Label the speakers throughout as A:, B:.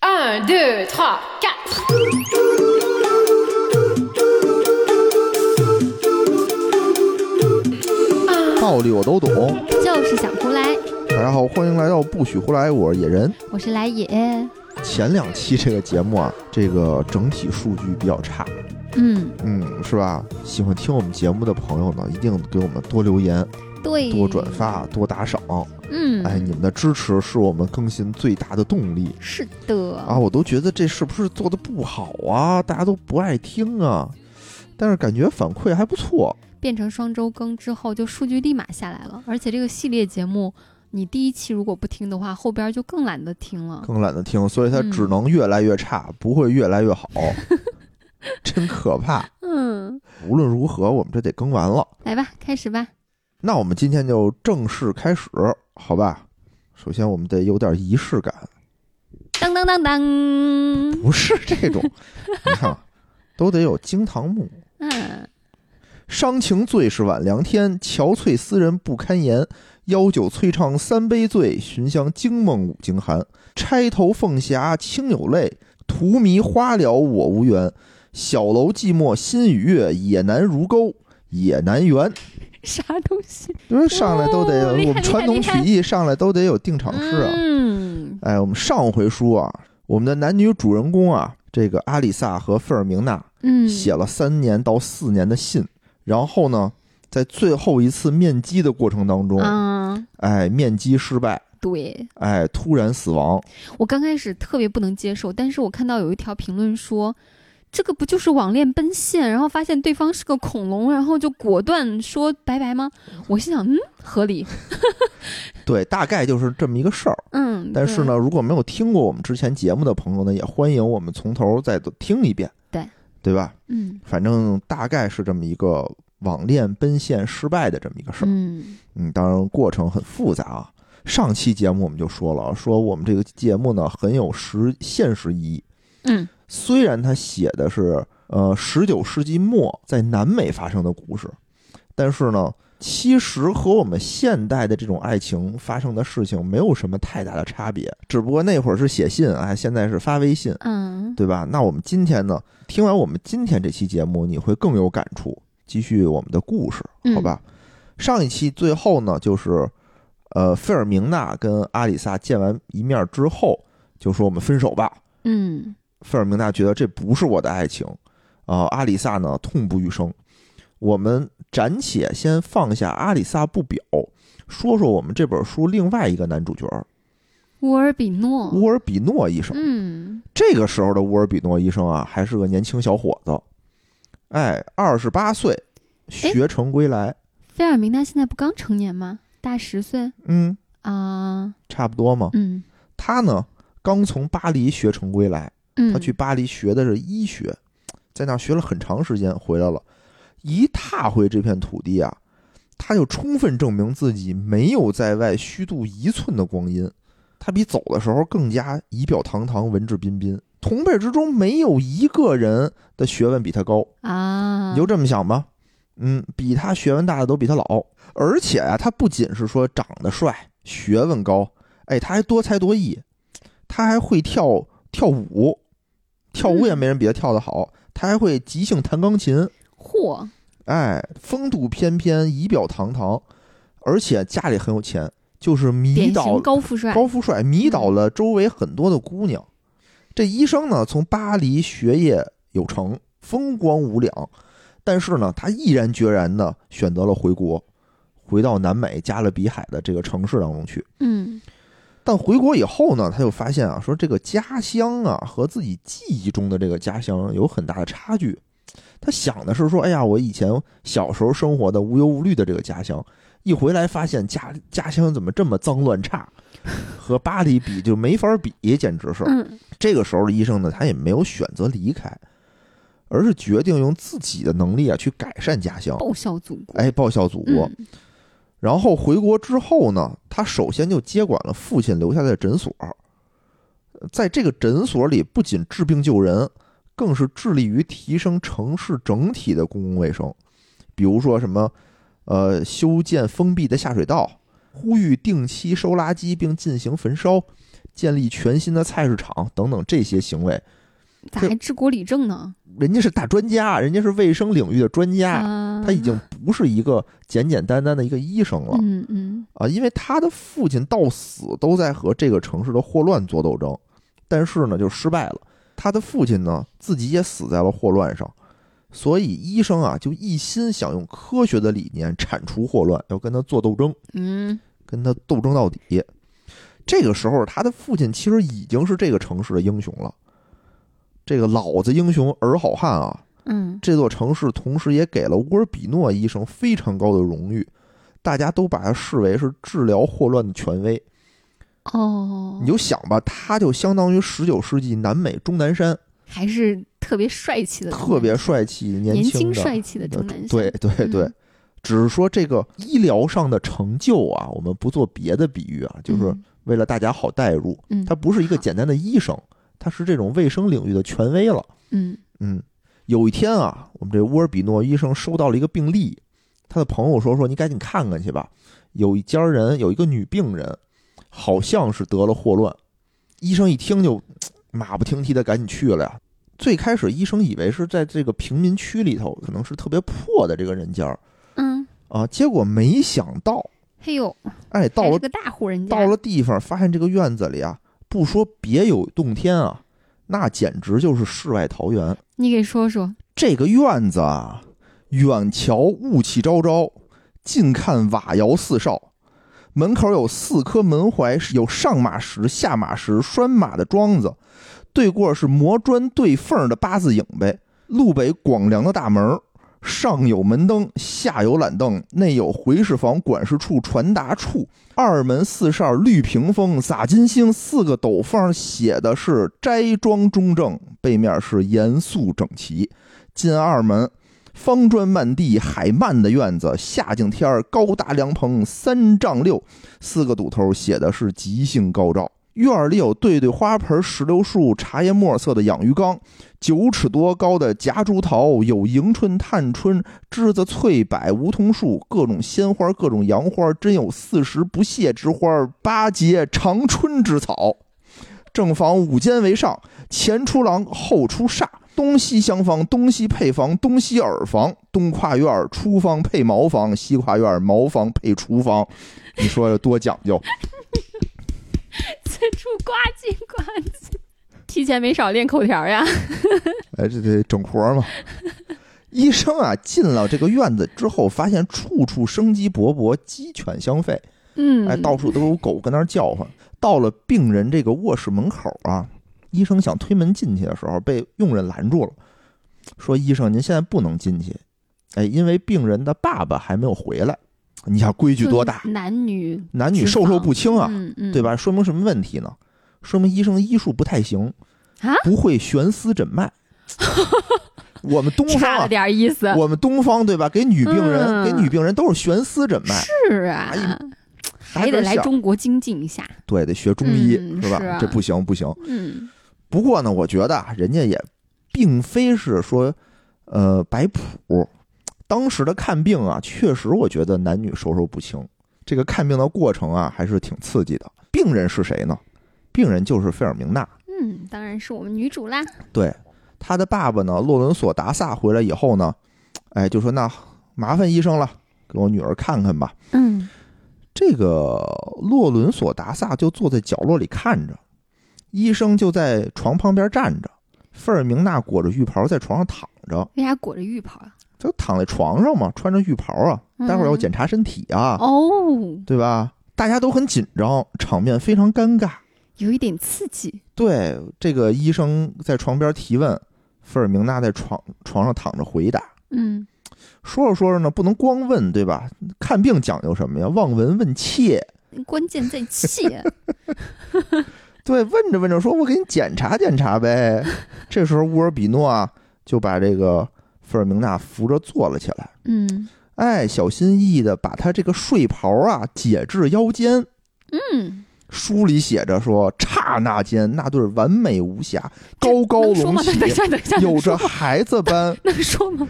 A: 1, 2, 3, 4. ”
B: 道理我都懂。
C: 就是想胡来。
B: 大家好，欢迎来到不许胡来，我是野人。
C: 我是来也，
B: 前两期这个节目啊，这个整体数据比较差，
C: 嗯，
B: 嗯，是吧？喜欢听我们节目的朋友呢，一定给我们多留言、
C: 对，
B: 多转，发、多打赏。
C: 嗯，
B: 哎，你们的支持是我们更新最大的动力
C: 是的，
B: 啊！我都觉得这是不是做的不好啊？大家都不爱听啊，但是感觉反馈还不错。
C: 变成双周更之后，就数据立马下来了，而且这个系列节目，你第一期如果不听的话，后边就更懒得听了。
B: 更懒得听，所以它
C: 嗯
B: 只能越来越差，不会越来越 好，真可怕。
C: 嗯，
B: 无论如何，我们这得更完了。
C: 来吧，开始吧。
B: 那我们今天就正式开始，好吧？首先，我们得有点仪式感，
C: 当当当当，
B: 不是这种，你看啊，都得有惊堂木。
C: 嗯，
B: 伤情最是晚凉天，憔悴斯人不堪言。邀酒催唱三杯醉，寻香惊梦五更寒。钗头凤霞清有泪，荼蘼花了我无缘。小楼寂寞心与月，也难如钩也难圆。
C: 啥东西？
B: 就是上来都得，
C: 哦厉害
B: 我们传统曲艺上来都得有定场诗啊。
C: 嗯，
B: 哎，我们上回说啊，我们的男女主人公啊，这个阿里萨和费尔明娜，
C: 嗯，
B: 写了三年到四年的信，然后呢，在最后一次面基的过程当中，
C: 啊，
B: 哎，面基失败，
C: 对，
B: 哎，突然死亡，
C: 我刚开始特别不能接受，但是我看到有一条评论说，这个不就是网恋奔现，然后发现对方是个恐龙，然后就果断说拜拜吗？我心想，嗯，合 理，
B: 对，大概就是这么一个事儿。
C: 嗯。
B: 但是
C: 对，
B: 呢，如果没有听过我们之前节目的朋友呢，也欢迎我们从头再听一遍，
C: 对，
B: 对吧？
C: 嗯
B: 反正大概是这么一个网恋奔现失败的这么一个事儿。
C: 嗯，
B: 嗯，当然过程很复杂啊。上期节目我们就说了，啊说我们这个节目呢很有实现实意义，
C: 嗯，
B: 虽然他写的是呃十九世纪末在南美发生的故事，但是呢，其实和我们现代的这种爱情发生的事情没有什么太大的差别，只不过那会儿是写信啊，现在是发微信，
C: 嗯，
B: 对吧？那我们今天呢，听完我们今天这期节目，你会更有感触，继续我们的故事，
C: 嗯
B: 好吧？上一期最后呢，就是呃费尔明娜跟阿里萨见完一面之后，就说我们分手吧。
C: 嗯，
B: 费尔明娜觉得这不是我的爱情，啊、阿里萨呢痛不欲生。我们暂且先放下阿里萨不表，说说我们这本书另外一个男主角
C: 乌尔比诺，
B: 乌尔比诺医生。
C: 哦嗯，
B: 这个时候的乌尔比诺医生啊，还是个年轻小伙子，哎，二十八岁，学成归来，
C: 菲尔明娜现在不刚成年吗？大十岁
B: 嗯，
C: 啊，
B: 差不多嘛。
C: 嗯
B: 他呢，刚从巴黎学成归来，
C: 嗯，
B: 他去巴黎学的是医学，在那儿学了很长时间，回来了，一踏回这片土地啊，他就充分证明自己没有在外虚度一寸的光阴。他比走的时候更加仪表堂堂、文质彬彬，同辈之中没有一个人的学问比他高。
C: 啊，
B: 你就这么想吧，嗯，比他学问大的都比他老，而且啊，他不仅是说长得帅、学问高，哎，他还多才多艺，他还会跳跳舞，跳舞
C: 嗯
B: 也没人比他跳得好，他还会即兴弹钢琴，
C: 嚯，
B: 哎，风度翩翩，仪表堂堂，而且家里很有钱，就是迷
C: 典
B: 倒
C: 型高富帅，
B: 高富帅迷倒了周围很多的姑娘。这医生呢，从巴黎学业有成，风光无两，但是呢，他毅然决然的选择了回国，回到南美加勒比海的这个城市当中去。
C: 嗯
B: 但回国以后呢，他就发现啊，说这个家乡啊和自己记忆中的这个家乡有很大的差距。他想的是说，哎呀，我以前小时候生活的无忧无虑的这个家乡，一回来发现家家乡怎么这么脏乱差，和巴黎比就没法比，简直是。
C: 嗯
B: 这个时候的医生呢，他也没有选择离开，而是决定用自己的能力啊去改善家乡，
C: 报效祖国，
B: 哎，报效祖国。
C: 嗯
B: 然后回国之后呢，他首先就接管了父亲留下的诊所，呃在这个诊所里，不仅治病救人，更是致力于提升城市整体的公共卫生，比如说什么，呃，修建封闭的下水道，呼吁定期收垃圾并进行焚烧，建立全新的菜市场等等这些行为，
C: 咋
B: 这
C: 还治国理政呢？
B: 人家是大专家，人家是卫生领域的专家，
C: 啊，
B: 他已经不是一个简简单单的一个医生了
C: 嗯嗯
B: 啊，因为他的父亲到死都在和这个城市的霍乱做斗争，但是呢，就失败了。他的父亲呢，自己也死在了霍乱上，所以医生啊，就一心想用科学的理念铲除霍乱，要跟他做斗争。
C: 嗯，
B: 跟他斗争到底。这个时候，他的父亲其实已经是这个城市的英雄了。这个老子英雄儿好汉啊，
C: 嗯，
B: 这座城市同时也给了乌尔比诺医生非常高的荣誉，大家都把他视为是治疗霍乱的权威。
C: 哦，
B: 你就想吧，他就相当于十九世纪南美钟南山，
C: 还是特别帅气的钟南山，
B: 特别帅气、年
C: 年
B: 轻
C: 轻
B: 的
C: 帅气的钟南山，
B: 对对对
C: 嗯，
B: 只是说这个医疗上的成就啊，我们不做别的比喻啊，就是
C: 嗯
B: 为了大家好代入。
C: 嗯，
B: 他不是一个简单的医生，他是这种卫生领域的权威了。
C: 嗯
B: 嗯，有一天啊，我们这乌尔比诺医生收到了一个病例，他的朋友说说你赶紧看看去吧，有一家人有一个女病人，好像是得了霍乱。医生一听就嘖马不停蹄的赶紧去了呀。最开始医生以为是在这个贫民区里头，可能是特别破的这个人家儿
C: 嗯，
B: 啊，结果没想到，
C: 嘿呦，
B: 哎，到
C: 还
B: 了
C: 是个大户人家，
B: 到了地方，发现这个院子里啊，不说别有洞天啊，那简直就是世外桃源。
C: 你给说说，
B: 这个院子啊，远瞧雾气昭昭，近看瓦窑四少。门口有四颗门槐，有上马石、下马石、拴马的桩子，对过是磨砖对缝的八字影呗。路北广梁的大门儿，上有门灯，下有懒凳，内有回事房、管事处、传达处。二门四扇绿屏风，洒金星，四个斗方写的是斋庄中正，背面是严肃整齐。进二门，方砖漫地，海漫的院子，夏景天儿高搭凉棚，三丈六，四个堵头写的是吉星高照。院儿里有对对花盆、石榴树、茶叶墨色的养鱼缸，九尺多高的夹竹桃，有迎春、探春、栀子、翠柏、梧桐树，各种鲜花，各种洋花，真有四时不谢之花，八节长春之草。正房五间为上，前出廊，后出煞，东西厢房，东西配房，东西耳房，东跨院儿出房配茅房，西跨院儿茅房配厨房。你说这多讲究？
C: 此处呱唧呱唧，提前没少练口条呀，
B: 哎，这得整活儿嘛。医生啊，进了这个院子之后，发现处处生机勃勃，鸡犬相吠，
C: 嗯，
B: 哎，到处都有狗跟那儿叫唤。到了病人这个卧室门口啊，医生想推门进去的时候，被佣人拦住了，说：“医生，您现在不能进去，哎，因为病人的爸爸还没有回来。你想规矩多大
C: 就，男女
B: 男女
C: 之
B: 授受
C: 防
B: 不亲啊，
C: 嗯嗯，
B: 对？吧？说明什么问题呢？说明医生医术不太行
C: 啊
B: 不会悬丝诊 脉。我们东方
C: 差了
B: 啊、
C: 点意思，
B: 我们东方对吧？给女病人、
C: 嗯
B: 给女病人都是悬丝诊脉，
C: 是啊
B: 哎，呀
C: 还得来
B: 想
C: 中国精进一下，
B: 对，得学中医、
C: 嗯
B: 吧？
C: 是啊
B: 这不行不行。
C: 嗯
B: 不过呢，我觉得啊，人家也并非是说呃摆谱。当时的看病啊，确实我觉得男女授受不亲。这个看病的过程啊，还是挺刺激的。病人是谁呢？病人就是费尔明娜。
C: 嗯，当然是我们女主啦，
B: 对，他的爸爸呢，洛伦索·达萨回来以后呢，哎，就说那麻烦医生了，给我女儿看看吧。
C: 嗯
B: 这个洛伦索·达萨就坐在角落里看着，医生就在床旁边站着，费尔明娜裹着浴袍在床上躺着，
C: 为啥裹着浴袍啊？
B: 她躺在床上嘛，穿着浴袍啊，待会儿要
C: 嗯
B: 检查身体啊，
C: 哦，
B: 对吧？大家都很紧张，场面非常尴尬。
C: 有一点刺激，
B: 对，这个医生在床边提问，费尔明娜在床床上躺着回答。
C: 嗯
B: 说着说着呢，不能光问，对吧？看病讲究什么呀？望闻问切。
C: 关键在 切，
B: 对，问着问着说，我给你检查检查呗。这时候乌尔比诺啊，就把这个费尔明娜扶着坐了起来，
C: 嗯
B: 哎，小心翼翼的把她这个睡袍啊解至腰间。
C: 嗯，
B: 书里写着说，刹那间，那对完美无瑕、高高
C: 嗯能说
B: 隆
C: 吗？等一
B: 起、
C: 下，等一下，
B: 有
C: 能
B: 着
C: 说吗
B: 孩子般
C: 能说吗？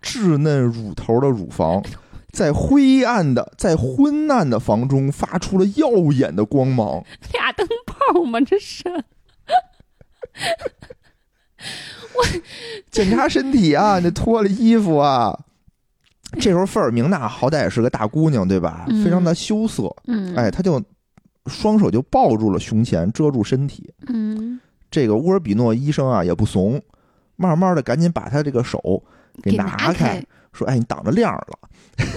B: 稚嫩乳头的乳房，在灰暗的、在昏暗的房中发出了耀眼的光芒。
C: 俩灯泡吗？这是
B: 检查身体啊，你脱了衣服啊。这时候费尔明娜好歹也是个大姑娘，对吧？
C: 嗯
B: 非常的羞涩，
C: 嗯
B: 哎，她就双手就抱住了胸前，遮住身体。
C: 嗯，
B: 这个乌尔比诺医生啊也不怂，慢慢的赶紧把她这个手给
C: 给
B: 拿
C: 开，
B: 说：“哎，你挡着亮儿了。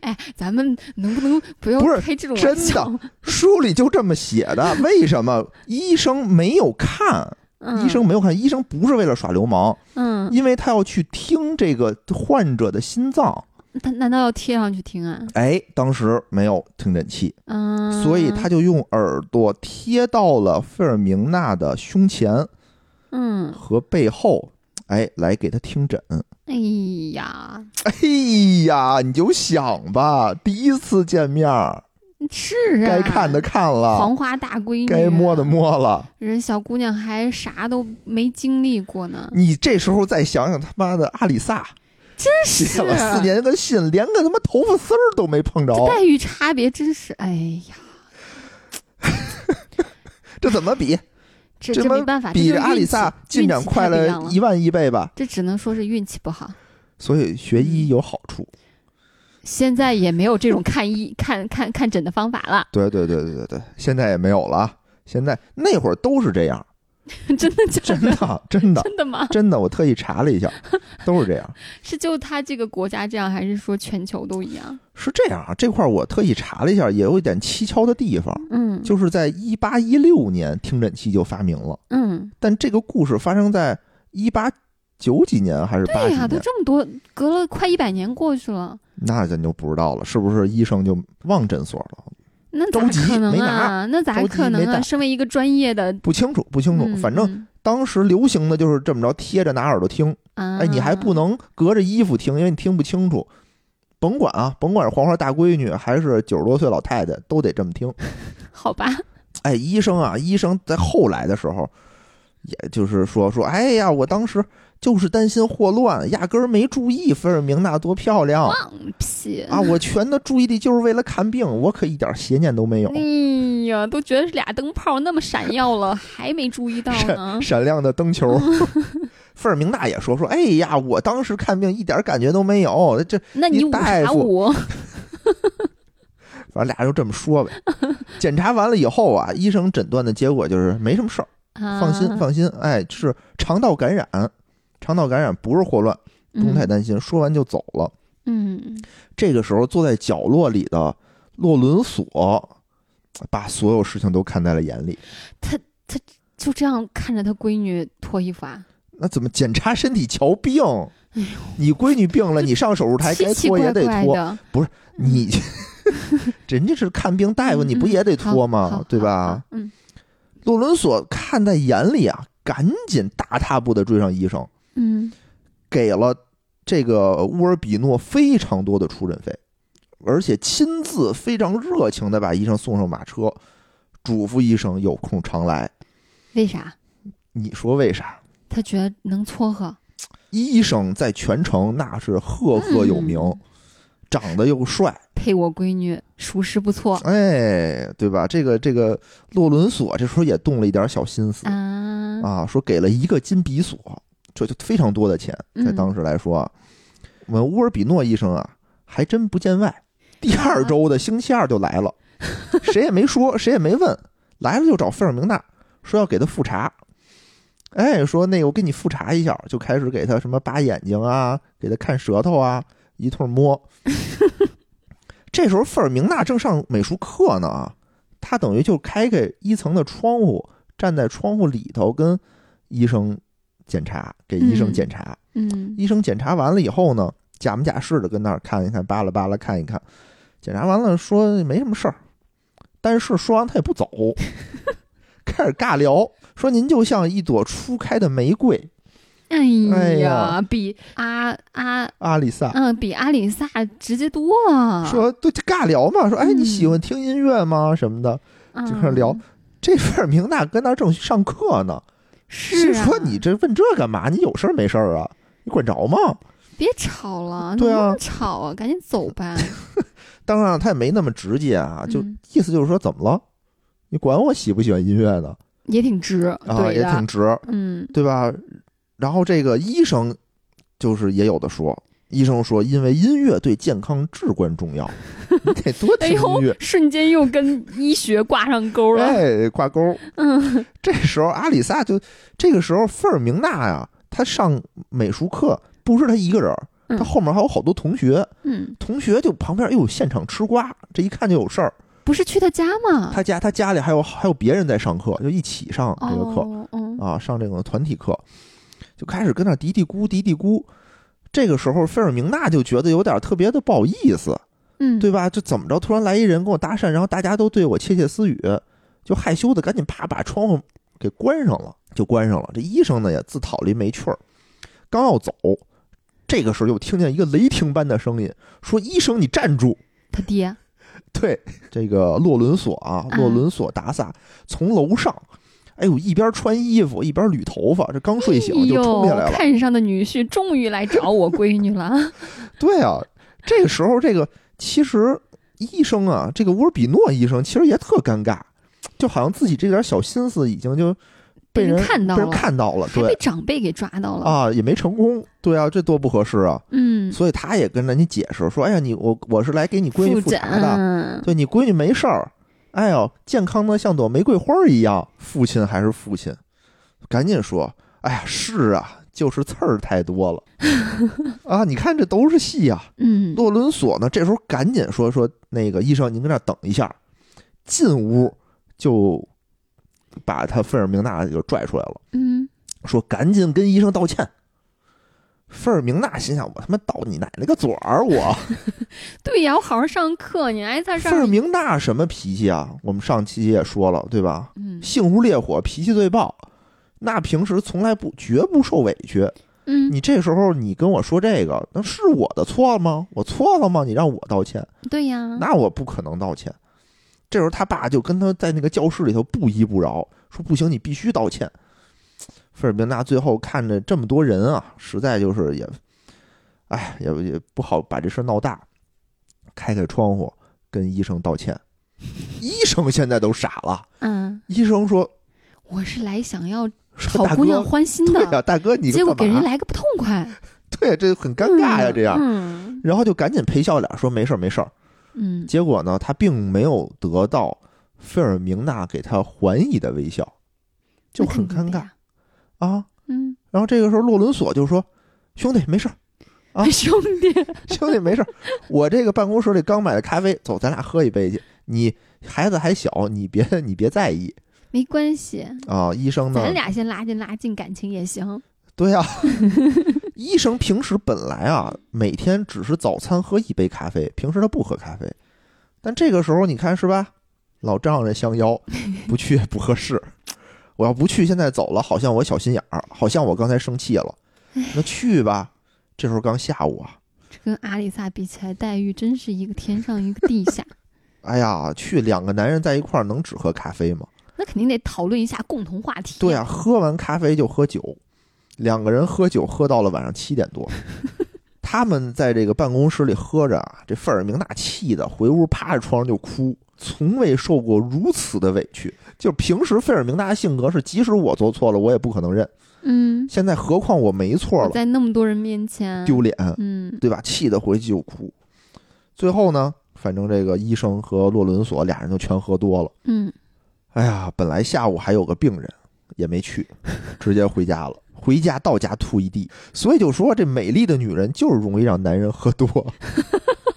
C: 哎，咱们能不能不要
B: 不是
C: 开这种
B: 真
C: 玩笑？
B: 的书里就这么写的，为什么医生没有看？
C: 嗯
B: 医生没有看，医生不是为了耍流氓，
C: 嗯，
B: 因为他要去听这个患者的心脏。
C: 他难道要贴上去听啊？
B: 哎，当时没有听诊器，
C: 嗯，
B: 所以他就用耳朵贴到了费尔明娜的胸前
C: 嗯，
B: 和背后，哎，来给他听诊。
C: 哎呀，
B: 哎呀，你就想吧，第一次见面儿，
C: 是啊，
B: 该看的看了，
C: 黄花大闺女，啊
B: 该摸的，摸了。
C: 人小姑娘还啥都没经历过呢，
B: 你这时候再想想他妈的阿里萨，
C: 真
B: 写
C: 是啊
B: 了四年的信，连个他妈头发丝儿都没碰着，
C: 待遇差别真是，哎呀，
B: 这怎么比？
C: 这
B: 这
C: 这没
B: 么
C: 办法，啊这
B: 比
C: 就是
B: 阿里萨
C: 运气
B: 进展快
C: 运气太不一样
B: 了
C: 了
B: 一万亿倍吧？
C: 这只能说是运气不好。
B: 所以学
C: 嗯
B: 医有好处。
C: 现在也没有这种看医、看看看诊的方法了，
B: 对对对对对对，现在也没有了啊。现在那会儿都是这样，
C: 真的假
B: 真
C: 的？
B: 的真的
C: 真的吗？
B: 真的，我特意查了一下，都是这样。
C: 是就他这个国家这样，还是说全球都一样？
B: 是这样啊，这块儿我特意查了一下，也有一点蹊跷的地方，
C: 嗯，
B: 就是在一八一六年听诊器就发明了，
C: 嗯，
B: 但这个故事发生在一八九几年还是八
C: 对
B: 几
C: 呀、都
B: 年，
C: 这么多，隔了快一百年过去了，
B: 那咱就不知道了，是不是医生就忘诊所了？
C: 那咋
B: 着急
C: 可能
B: 没
C: 啊？
B: 拿
C: 那咋
B: 着急
C: 可能
B: 没
C: 啊？
B: 带
C: 身为一个专业的，
B: 不清楚，不清楚。
C: 嗯
B: 反正
C: 嗯
B: 当时流行的就是这么着，贴着拿耳朵听。
C: 啊，
B: 哎，你还不能隔着衣服听，因为你听不清楚。甭管啊，甭管是黄花大闺女还是九十多岁老太太，都得这么听。
C: 好吧？
B: 哎，医生啊，医生在后来的时候，也就是说说，哎呀，我当时就是担心霍乱，压根儿没注意菲尔明娜多漂亮
C: 放屁！
B: 啊！我全的注意力就是为了看病，我可一点邪念都没有
C: 哎。呀，都觉得是俩灯泡那么闪耀了，还没注意到呢
B: 闪。闪亮的灯 球，费尔明娜也说说，哎呀，我当时看病一点感觉都没有，这
C: 那
B: 你
C: 你五
B: 大
C: 查
B: 夫
C: 我，
B: 反正俩人就这么说呗。检查完了以后啊，医生诊断的结果就是没什么事儿，放
C: 放
B: 心放心，哎，是肠道感染，肠道感染不是霍乱，不用太担心。说完就走了。
C: 嗯
B: 这个时候，坐在角落里的洛伦索把所有事情都看在了眼里。
C: 就这样看着他闺女脱衣服啊，
B: 那怎么检查身体瞧病？你闺女病了，你上手术台
C: 哎奇
B: 该
C: 奇
B: 脱也
C: 怪
B: 得
C: 怪
B: 脱，
C: 的，
B: 你 人家是看病大夫，你不也得脱
C: 嗯嗯好
B: 吗
C: 好？
B: 对
C: 好
B: 吧
C: 好？嗯
B: 洛伦索看在眼里啊，赶紧大踏步的追上医生，
C: 嗯，
B: 给了这个乌尔比诺非常多的出诊费，而且亲自非常热情的把医生送上马车，嘱咐医生有空常来。
C: 为啥？
B: 你说为啥？
C: 他觉得能撮合，
B: 医生在全城那是赫赫有名，
C: 嗯
B: 长得又帅，
C: 配我闺女属实不错
B: 哎，对吧？这个这个洛伦索这时候也动了一点小心思，
C: 啊。
B: 啊，说给了一个金比索，这就非常多的钱，
C: 嗯
B: 在当时来说啊，我们乌尔比诺医生啊，还真不见外。第二周的星期二就来了，谁也没说，谁也没问，来了就找费尔明娜，说要给他复查。哎，说那个我给你复查一下，就开始给他什么扒眼睛啊，给他看舌头啊，一通摸。这时候费尔明娜正上美术课呢啊，她等于就开开一层的窗户，站在窗户里头跟医生检查，给医生
C: 嗯
B: 检查。
C: 嗯
B: 医生检查完了以后呢，假模假式的跟那儿看一看，扒拉扒拉看一看，检查完了说没什么事儿，但是说完他也不走， 开始尬聊，说您就像一朵初开的玫瑰，
C: 哎
B: 哎
C: 呀
B: 呀，
C: 比阿阿
B: 阿里萨。
C: 嗯比阿里萨直接多了。
B: 说对就尬聊嘛，说哎
C: 嗯
B: 你喜欢听音乐吗什么的，
C: 就
B: 就开始聊。这费尔明娜跟那儿正上课呢，
C: 是
B: 心
C: 啊
B: 说你这问这干嘛？你有事儿没事儿啊？你管着吗？
C: 别吵了，
B: 对啊
C: 怎么那么吵啊，赶紧走吧。
B: 当然了，他也没那么直接啊，就
C: 嗯
B: 意思就是说怎么了？你管我喜不喜欢音乐呢？
C: 也挺直，
B: 啊，
C: 对
B: 也
C: 的，
B: 挺直，
C: 嗯
B: 对吧？然后这个医生就是也有的说，医生说因为音乐对健康至关重 要，你得多听
C: 哎
B: 音
C: 呦
B: 乐，，
C: 瞬间又跟医学挂上钩了。
B: 哎，挂钩。
C: 嗯
B: 这时候阿里萨就这个时候费尔明娜呀，她上美术课不是她一个人儿，
C: 嗯
B: 她后面还有好多同学，
C: 嗯，
B: 同学就旁边又有现场吃瓜，这一看就有事儿。
C: 不是去他家吗？
B: 她家她家里还有还有别人在上课，就一起上这个课、
C: 哦，嗯
B: 啊，上这个团体课，就开始跟那嘀嘀咕嘀嘀咕。这个时候，费尔明娜就觉得有点特别的不好意思，
C: 嗯，
B: 对吧？就怎么着，突然来一人跟我搭讪，然后大家都对我窃窃私语，就害羞的赶紧啪把窗户给关上了，就关上了。这医生呢也自讨了一没趣儿，刚要走，这个时候又听见一个雷霆般的声音说：“医生，你站住
C: 他爹，！”
B: 对，这个洛伦索啊，
C: 嗯
B: 洛伦索达萨从楼上，哎呦，一边穿衣服一边捋头发，这刚睡醒
C: 哎
B: 就
C: 呦
B: 冲下来了。
C: 看上的女婿终于来找我闺女 了。
B: 对啊，这个时候这个其实医生啊，这个乌尔比诺医生其实也特尴尬，就好像自己这点小心思已经就被人
C: 被人看到
B: 被人
C: 了
B: 看到了，
C: 还被
B: 对
C: 长辈给抓到了。
B: 啊，也没成功，对啊，这多不合适啊！
C: 嗯，
B: 所以他也跟人家解释说，哎呀，你我我是来给你闺女复
C: 诊，
B: 查的，对你闺女没事儿，哎呦，健康的像朵玫瑰花儿一样，父亲还是父亲，赶紧说，哎呀，是啊，就是刺儿太多了啊！你看这都是戏啊，
C: 嗯，
B: 洛伦索呢，这时候赶紧说说那个医生，您跟这儿等一下，进屋就把他费尔明娜就拽出来了，
C: 嗯，
B: 说赶紧跟医生道歉。费尔明娜心想：我他妈道你奶奶个嘴儿！我
C: 对呀，我好好上课，你挨他
B: 费尔
C: 上，
B: 明娜什么脾气啊？我们上期也说了，对吧？
C: 嗯
B: 性无烈火，脾气最暴。那平时从来不绝不受委屈，
C: 嗯，
B: 你这时候你跟我说这个，那是我的错吗？我错了吗？你让我道歉？
C: 对呀，
B: 那我不可能道歉。这时候他爸就跟他在那个教室里头不依不饶，说不行，你必须道歉。费尔明娜最后看着这么多人啊，实在就是也，哎，也也不好把这事儿闹大，开开窗户跟医生道歉。医生现在都傻了，
C: 嗯，
B: 医生说
C: 我是来想要
B: 说
C: 讨
B: 大
C: 姑娘
B: 哥，
C: 欢心
B: 对呀、
C: 的，
B: 大哥你
C: 结果
B: 干
C: 给人
B: 嘛？
C: 来个不痛快，
B: 对，这很尴尬呀、
C: 嗯
B: 这样。
C: 嗯
B: 然后就赶紧赔笑脸说没事儿没事儿。
C: 嗯，
B: 结果呢，他并没有得到费尔明娜给他还以的微笑，就
C: 那肯
B: 很
C: 定
B: 尴
C: 的
B: 尬
C: 呀，
B: 啊。
C: 嗯，
B: 然后这个时候，洛伦索就说：“兄弟，没事儿，啊
C: 兄 弟，
B: 兄弟没事儿，我这个办公室里刚买的咖啡，走，咱俩喝一杯去。你孩子还小，你别你别在意
C: 没关系，
B: 啊。”医生呢
C: 咱？俩先拉近拉近感情也行。
B: 对啊， 医生平时本来啊，每天只是早餐喝一杯咖啡，平时他不喝咖啡，但这个时候你看是吧？老丈人相邀，不去也不合适。我要不去，现在走了，好像我小心眼儿，好像我刚才生气了。那去吧，这时候刚下午啊，
C: 这跟阿里萨比起来，黛玉真是一个天上一个地 下，
B: 哎呀，去两个男人在一块儿能只喝咖啡吗？
C: 那肯定得讨论一下共同话题。
B: 对啊，喝完咖啡就喝酒，两个人喝酒喝到了晚上七点 多。他们在这个办公室里喝着啊，这费尔明娜气的回屋趴在床上就哭，从未受过如此的委屈。就平时费尔明娜的性格是，即使我做错了，我也不可能认。
C: 嗯，
B: 现在何况我没错
C: 我
B: 了，
C: 在那么多人面前
B: 丢脸，
C: 嗯
B: 对吧？气得回去就哭。最后呢，反正这个医生和洛伦索俩人就全喝多了。
C: 嗯，
B: 哎呀，本来下午还有个病人，也没去，直接回家了。回家到家吐一地，所以就说这美丽的女人就是容易让男人喝多，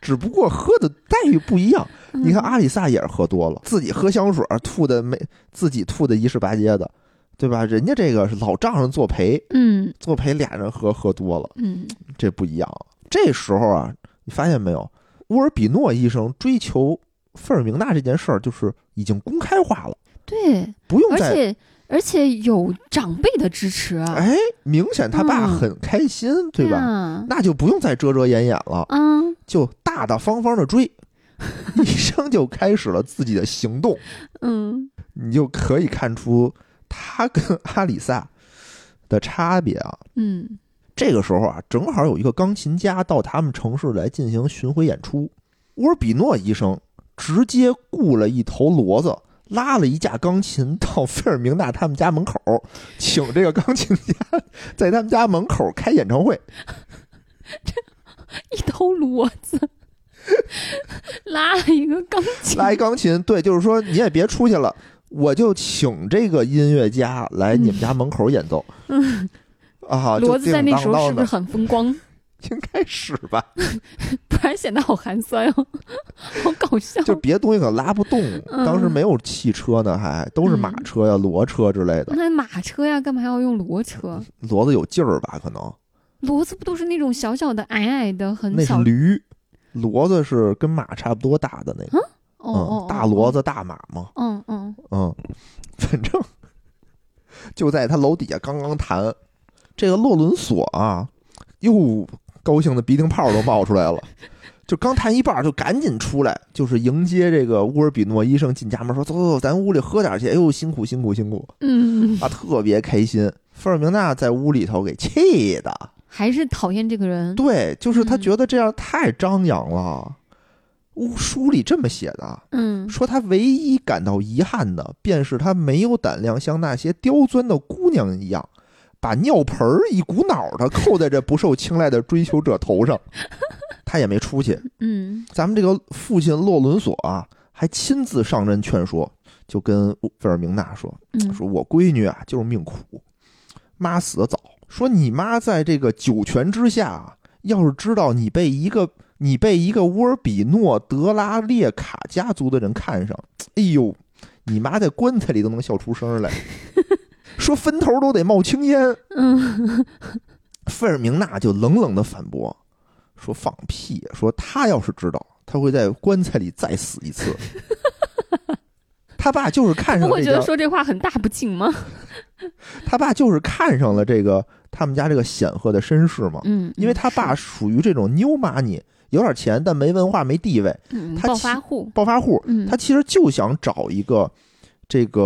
B: 只不过喝的待遇不一样。你
C: 嗯
B: 看阿里萨也是喝多了，自己喝香水儿吐的没，自己吐的一十八街的，对吧？人家这个是老丈人作陪，
C: 嗯
B: 作陪俩人喝喝多了，
C: 嗯
B: 这不一样。这时候啊，你发现没有，乌尔比诺医生追求费尔明娜这件事儿，就是已经公开化了。
C: 对，
B: 不用
C: 而
B: 再
C: 且而且有长辈的支持，
B: 哎，明显他爸
C: 嗯
B: 很开心，对吧？
C: 吧？
B: 那就不用再遮遮掩掩了，
C: 嗯
B: 就大大方方的 追。医生就开始了自己的行动，
C: 嗯
B: 你就可以看出他跟阿里萨的差别啊。
C: 嗯，
B: 这个时候啊，正好有一个钢琴家到他们城市来进行巡回演出。乌尔比诺医生直接雇了一头骡子，拉了一架钢琴到费尔明纳他们家门口，请这个钢琴家 在他们家门口开演唱会。
C: 一头骡子 拉了一个钢琴，
B: 拉一钢琴，对，就是说你也别出去了，我就请这个音乐家来你们家门口演奏。
C: 嗯，
B: 啊，就
C: 骡子在那时
B: 叮
C: 候
B: 当
C: 是
B: 当
C: 不是
B: 的
C: 很风光？
B: 应该是吧？
C: 不然显得好寒酸哦， 好搞 笑。
B: 就别的东西可拉不动，
C: 嗯
B: 当时没有汽车呢，还都是马车呀、骡车之类的。
C: 那马车呀，干嘛要用骡车？
B: 骡子有劲儿吧？可能
C: 骡子不都是那种小小的、矮矮的，很
B: 那是
C: 小？哦
B: 驴，骡子是跟马差不多大的那个，
C: 哦
B: 嗯，，
C: 哦
B: 大骡。子大马嘛，
C: 嗯嗯，
B: 嗯， 反正就在他楼底下刚刚弹，这个洛伦索啊，又高兴的鼻涕泡都冒出来了，就刚弹一半儿就赶紧出来，就是迎接这个乌尔比诺医生进家门，说走走走，咱屋里喝点儿去，哎呦辛苦辛苦辛苦
C: 嗯，
B: 啊，特别开心。费尔明娜在屋里头给气的，
C: 还是讨厌这个人。
B: 对，就是他
C: 嗯
B: 觉得这样太张扬了。屋书里这么写的，
C: 嗯
B: 说他唯一感到遗憾的，便是他没有胆量像那些刁钻的姑娘一样，把尿盆儿一股脑的扣在这不受青睐的追求者头上。他也没出去。
C: 嗯，
B: 咱们这个父亲洛伦索啊，还亲自上阵劝说，就跟费尔明娜说：“
C: 嗯
B: 说我闺女啊，就是命苦，妈死的早。说你妈在这个九泉之下啊，要是知道你被一个你被一个乌尔比诺德拉列卡家族的人看上，哎呦，你妈在棺材里都能笑出声 来，说坟头都得冒青烟。
C: 嗯，
B: 费尔明娜就冷冷的反驳，说放屁，说他要是知道，他会在棺材里再死一 次。他爸就是看
C: 不
B: 上
C: 会
B: 这
C: 觉得
B: 个，哦
C: 说这话很大不敬吗？
B: 他爸就是看上了这个他们家这个显赫的绅士嘛，
C: 嗯，
B: 因为他爸属于这种 new money，有点钱但没文化没地位，
C: 嗯
B: 他
C: 暴
B: 其
C: 发户，
B: 暴发户。
C: 嗯，
B: 他其呃实就想找一个这个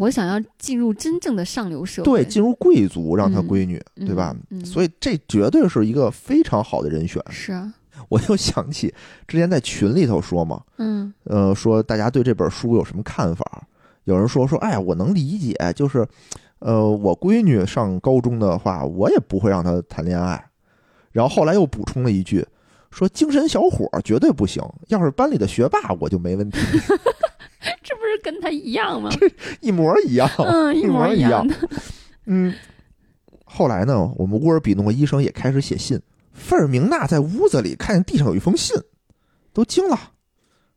C: 我想要进入真正的上流社
B: 对
C: 会，
B: 进入贵族让他闺女，
C: 嗯
B: 对吧？
C: 嗯
B: 所以这绝对是一个非常好的人选。
C: 是啊，
B: 我就想起之前在群里头说嘛，
C: 嗯
B: 呃，说大家对这本书有什么看法？有人说说，哎呀，我能理解，就是，呃，我闺女上高中的话，我也不会让她谈恋爱。然后后来又补充了一句，说精神小伙儿绝对不行，要是班里的学霸我就没问题，
C: 哎这不是跟他一样吗？
B: 一模一样，
C: 嗯，
B: 一
C: 模
B: 一
C: 样的。
B: 嗯，后来呢，我们乌尔比诺医生也开始写信。费尔明娜在屋子里看见地上有一封信，都惊了，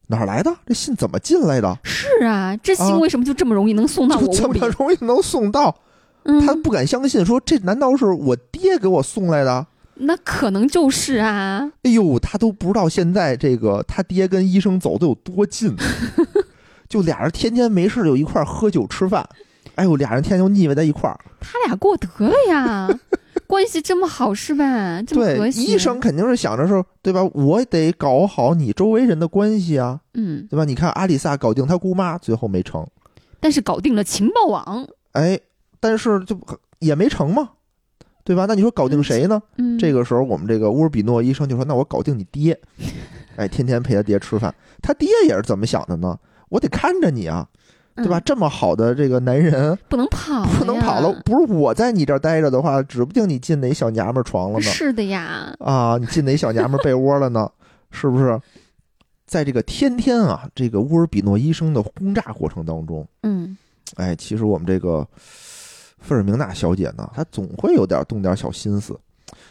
B: 哪儿来的？这信怎么进来的？
C: 是啊，这
B: 啊
C: 信为什么就这么容易能送到我
B: 就怎
C: 屋里
B: 么？容易能送到？
C: 嗯，
B: 他不敢相信，说这难道是我爹给我送来的？
C: 那可能就是啊，
B: 哎呦，他都不知道现在这个他爹跟医生走的有多近， 就俩人天天没事就一块儿喝酒吃饭。哎呦，俩人天天就腻歪在一块儿。
C: 他俩过得了呀，关系这么好是吧？这么和
B: 对，
C: 谐，
B: 医生肯定是想着说，对吧？我得搞好你周围人的关系啊，
C: 嗯，
B: 对吧？你看阿里萨搞定他姑妈，最后没成，
C: 但是搞定了情报网，
B: 哎，但是就也没成嘛，对吧？那你说搞定谁呢？
C: 嗯，
B: 这个时候，我们这个乌尔比诺医生就说：“那我搞定你爹， 哎，天天陪他爹吃饭。他爹也是怎么想的呢？我得看着你啊，对吧？
C: 嗯哦
B: 这么好的这个男人
C: 不能跑，
B: 不能跑
C: 哎
B: 了，。不是我在你这儿待着的话，指不定你进哪小娘们儿床 了呢，
C: 是的呀，
B: 啊，你进哪小娘们儿被窝了呢，是不是？”在这个天天啊，这个乌尔比诺医生的轰炸过程当中，
C: 嗯，
B: 哎，其实我们这个费尔明娜小姐呢，她总会有点动点小心思。